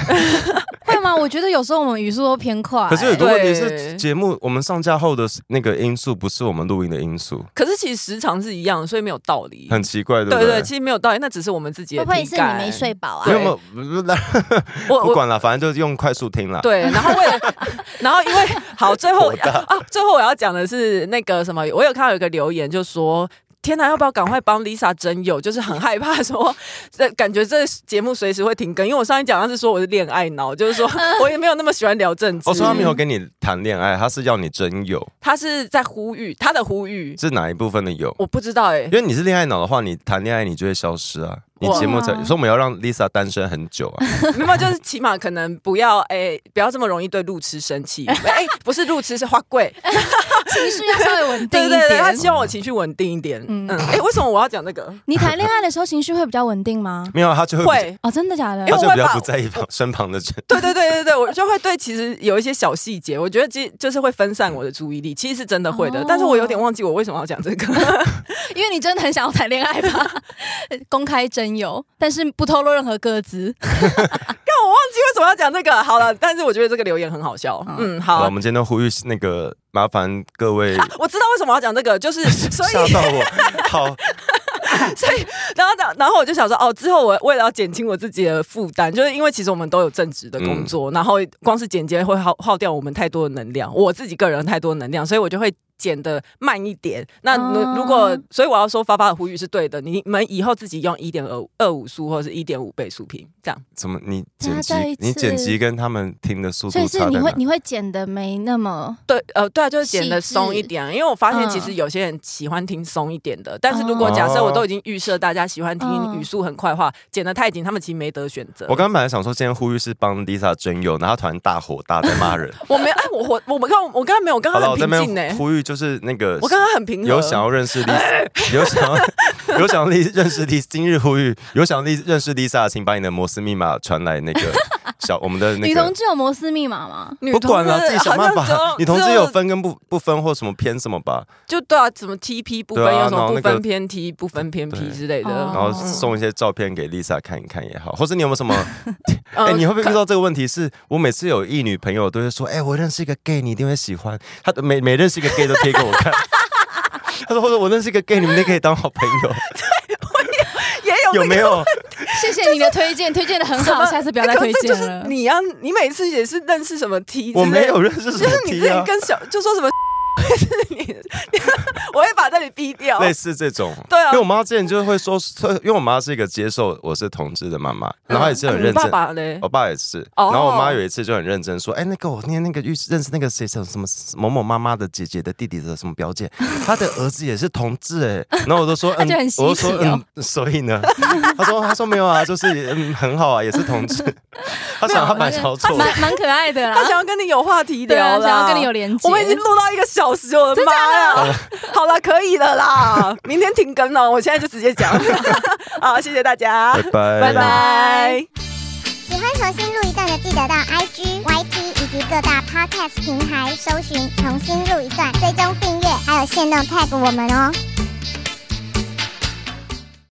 Speaker 2: 会吗？我觉得有时候我们语速都偏快，欸
Speaker 3: 可是有个问题
Speaker 1: 对
Speaker 3: 是节目我们上架后的那个音速不是我们录音的音速，
Speaker 1: 可是其实时长是一样的，所以没有道理。
Speaker 3: 很奇怪，对不
Speaker 1: 对
Speaker 3: 对
Speaker 1: 对，？其实没有道理，那只是我们自己的
Speaker 2: 会不会
Speaker 1: 体
Speaker 2: 是你
Speaker 1: 感
Speaker 2: 没睡？饱
Speaker 3: 没
Speaker 1: 对？
Speaker 2: 啊
Speaker 3: 有没有不不
Speaker 1: 我
Speaker 3: 不
Speaker 1: 我
Speaker 3: 管了，反正就是用快速听啦。
Speaker 1: 对，然后为了，然后因为好，最后啊，最后我要讲的是那个什么，我有看到有一个留言就说。天哪，要不要赶快帮 Lisa 征友？就是很害怕说， 这感觉这节目随时会停更。因为我上一讲他是说我是恋爱脑，就是说我也没有那么喜欢聊政治。
Speaker 3: 我哦说他没有跟你谈恋爱，他是要你真有，
Speaker 1: 他是在呼吁他的呼吁，
Speaker 3: 是哪一部分的有？
Speaker 1: 我不知道哎、
Speaker 3: 因为你是恋爱脑的话，你谈恋爱你就会消失啊。你
Speaker 1: 哇
Speaker 3: 节目才，所以我们要让 Lisa 单身很久 啊。
Speaker 1: 没有，就是起码可能不要哎、不要这么容易对路痴生气。哎、不是路痴，是花贵。
Speaker 2: 情绪要稍微稳定
Speaker 1: 对
Speaker 2: 一
Speaker 1: 对对，他
Speaker 2: 点。
Speaker 1: 希望我情绪稳定一点。嗯
Speaker 2: 嗯
Speaker 1: 嗯，哎、为什么我要讲这个？
Speaker 2: 你谈恋爱的时候情绪会比较稳定 吗？
Speaker 3: 没有，啊他就会比较，
Speaker 1: 会，
Speaker 2: 哦，真的假的
Speaker 1: 因为
Speaker 3: 他？
Speaker 1: 我
Speaker 3: 就比
Speaker 1: 会把
Speaker 3: 较不在意身旁的人。
Speaker 1: 对对对对对，我就会对其实有一些小细节，我觉得其就是会分散我的注意力，其实是真的会的，
Speaker 2: 哦
Speaker 1: 但是我有点忘记我为什么要讲这个。
Speaker 2: 因为你真的很想要谈恋爱吧？公开真友，但是不透露任何个资。
Speaker 1: 但我忘记为什么要讲这个。好了，但是我觉得这个留言很好笑。嗯，好。
Speaker 3: 好了，我们今天都呼吁那个麻烦各位
Speaker 1: 啊我知道为什么要讲这个，就是 所以
Speaker 3: 吓到我，好，
Speaker 1: 所以，然后，然后我就想说，哦，之后我为了要减轻我自己的负担，就是因为其实我们都有正职的工作，然后光是剪接会耗耗掉我们太多的能量，我自己个人太多的能量，所以我就会剪的慢一点。那如
Speaker 2: 哦
Speaker 1: 如果，所以我要说发发的呼吁是对的，你们以后自己用一点二二五速或者是一点五倍速屏，这样
Speaker 3: 怎么你
Speaker 2: 大
Speaker 3: 剪辑
Speaker 2: 家再一，次
Speaker 3: 你剪辑跟他们听的速
Speaker 2: 所以
Speaker 3: 度
Speaker 2: 是
Speaker 3: 差
Speaker 2: 你
Speaker 3: 在
Speaker 2: 会
Speaker 3: 哪？
Speaker 2: 你会剪的没那么
Speaker 1: 对，呃，对啊，就是剪的
Speaker 2: 细致
Speaker 1: 松一点，啊因为我发现
Speaker 2: 嗯哦
Speaker 1: 其实有些人喜欢听松一点的，但是如果假设我都已经预设大家喜欢听
Speaker 2: 嗯
Speaker 1: 语速很快的话，剪的太紧，他们其实没得选择。
Speaker 3: 我刚刚本来想说，今天呼吁是帮 Lisa 征友，然后她突然大火大在 骂人。
Speaker 1: 我没哎，我我我们刚我刚刚没有，我刚
Speaker 3: 好
Speaker 1: 刚
Speaker 3: 了，
Speaker 1: 很
Speaker 3: 我这
Speaker 1: 平静呢、欸
Speaker 3: 边呼吁就是那个
Speaker 1: 我刚刚很平和。哎
Speaker 3: 有想要认识 Lisa，有想要 有想要认识 Lisa，今日呼吁有想要认识 Lisa，的请把你的摩斯密码传来那 个小我们的那
Speaker 2: 女同
Speaker 3: 个。
Speaker 2: 志有摩斯密码吗？
Speaker 1: 女
Speaker 3: 不管了，
Speaker 1: 同志
Speaker 3: 自己想办
Speaker 1: 好像只
Speaker 3: 法
Speaker 1: 有。
Speaker 3: 女同
Speaker 1: 只
Speaker 3: 志有分跟不不分或什么偏什么吧，
Speaker 1: 就对啊，什么 TP 不分，
Speaker 3: 对啊
Speaker 1: 有什么
Speaker 3: 然后
Speaker 1: 不
Speaker 3: 那个
Speaker 1: 分偏 T、不分偏 P
Speaker 3: 对
Speaker 1: 之类的。
Speaker 2: 哦
Speaker 3: 然
Speaker 1: 嗯
Speaker 3: 后送一些照片给 Lisa 看一看也好，或者你有没有什么？
Speaker 1: 嗯
Speaker 3: 哎，你会不会
Speaker 1: 可
Speaker 3: 遇到这个问题？是我每次有一女朋友都会说，哎，我认识一个 gay，你一定会喜欢。她每每认识一个 gay 都贴给我 看。她说，或者我认识一个 gay，你们都可以当好 朋友，
Speaker 1: 也有
Speaker 3: 有
Speaker 1: 那个
Speaker 3: 没有？
Speaker 2: 谢谢你的推荐，推荐的很
Speaker 1: 什
Speaker 2: 好，
Speaker 1: 么
Speaker 2: 下次不要再
Speaker 1: 哎可
Speaker 2: 推
Speaker 1: 是这
Speaker 2: 荐
Speaker 1: 就是
Speaker 2: 了。
Speaker 1: 你啊，你每次也是认识什么 T，
Speaker 3: 我
Speaker 1: 之类
Speaker 3: 没
Speaker 1: 的
Speaker 3: 有认识什
Speaker 1: 就
Speaker 3: 么
Speaker 1: 是你之
Speaker 3: T 啊
Speaker 1: 前。跟小就说什么 是你， 我会把这里逼掉。
Speaker 3: 类似这种，
Speaker 1: 对啊
Speaker 3: 因为我妈之前就会说，因为我妈是一个接受我是同志的妈妈，然后她也是很
Speaker 1: 啊
Speaker 3: 认
Speaker 1: 你
Speaker 3: 真。
Speaker 1: 爸爸嘞
Speaker 3: 我，爸也是，
Speaker 1: 哦
Speaker 3: 然后我妈有一次就很认真说：“哎、那个我念那个遇认识那个谁什么什么某某妈妈的姐姐的弟弟的什么表姐，她的儿子也是同志哎。”然后我就说：“
Speaker 2: 那
Speaker 3: 嗯
Speaker 2: 就很，稀奇
Speaker 3: 我就说
Speaker 2: 哦
Speaker 3: 嗯，所以呢？” 她说：“她说没有啊，就是嗯很好啊，也是同志。”她想她蛮想错的，
Speaker 2: 蛮蛮可爱的啦
Speaker 1: 他。想要跟你有话题
Speaker 2: 啊对啊，
Speaker 1: 聊啦，
Speaker 2: 想要跟你有连接。
Speaker 1: 我们已经录到一个小时，我的妈
Speaker 2: 啊
Speaker 1: 呀！好了，可以了啦，明天停 更了，我现在就直接讲。好，谢谢大家，
Speaker 3: 拜拜
Speaker 1: 拜拜
Speaker 4: 喜欢重新录一段的，记得到 IG、YT 以及各大 Podcast 平台搜寻“重新录一段”，追踪订阅，还有限定 tag 我们哦。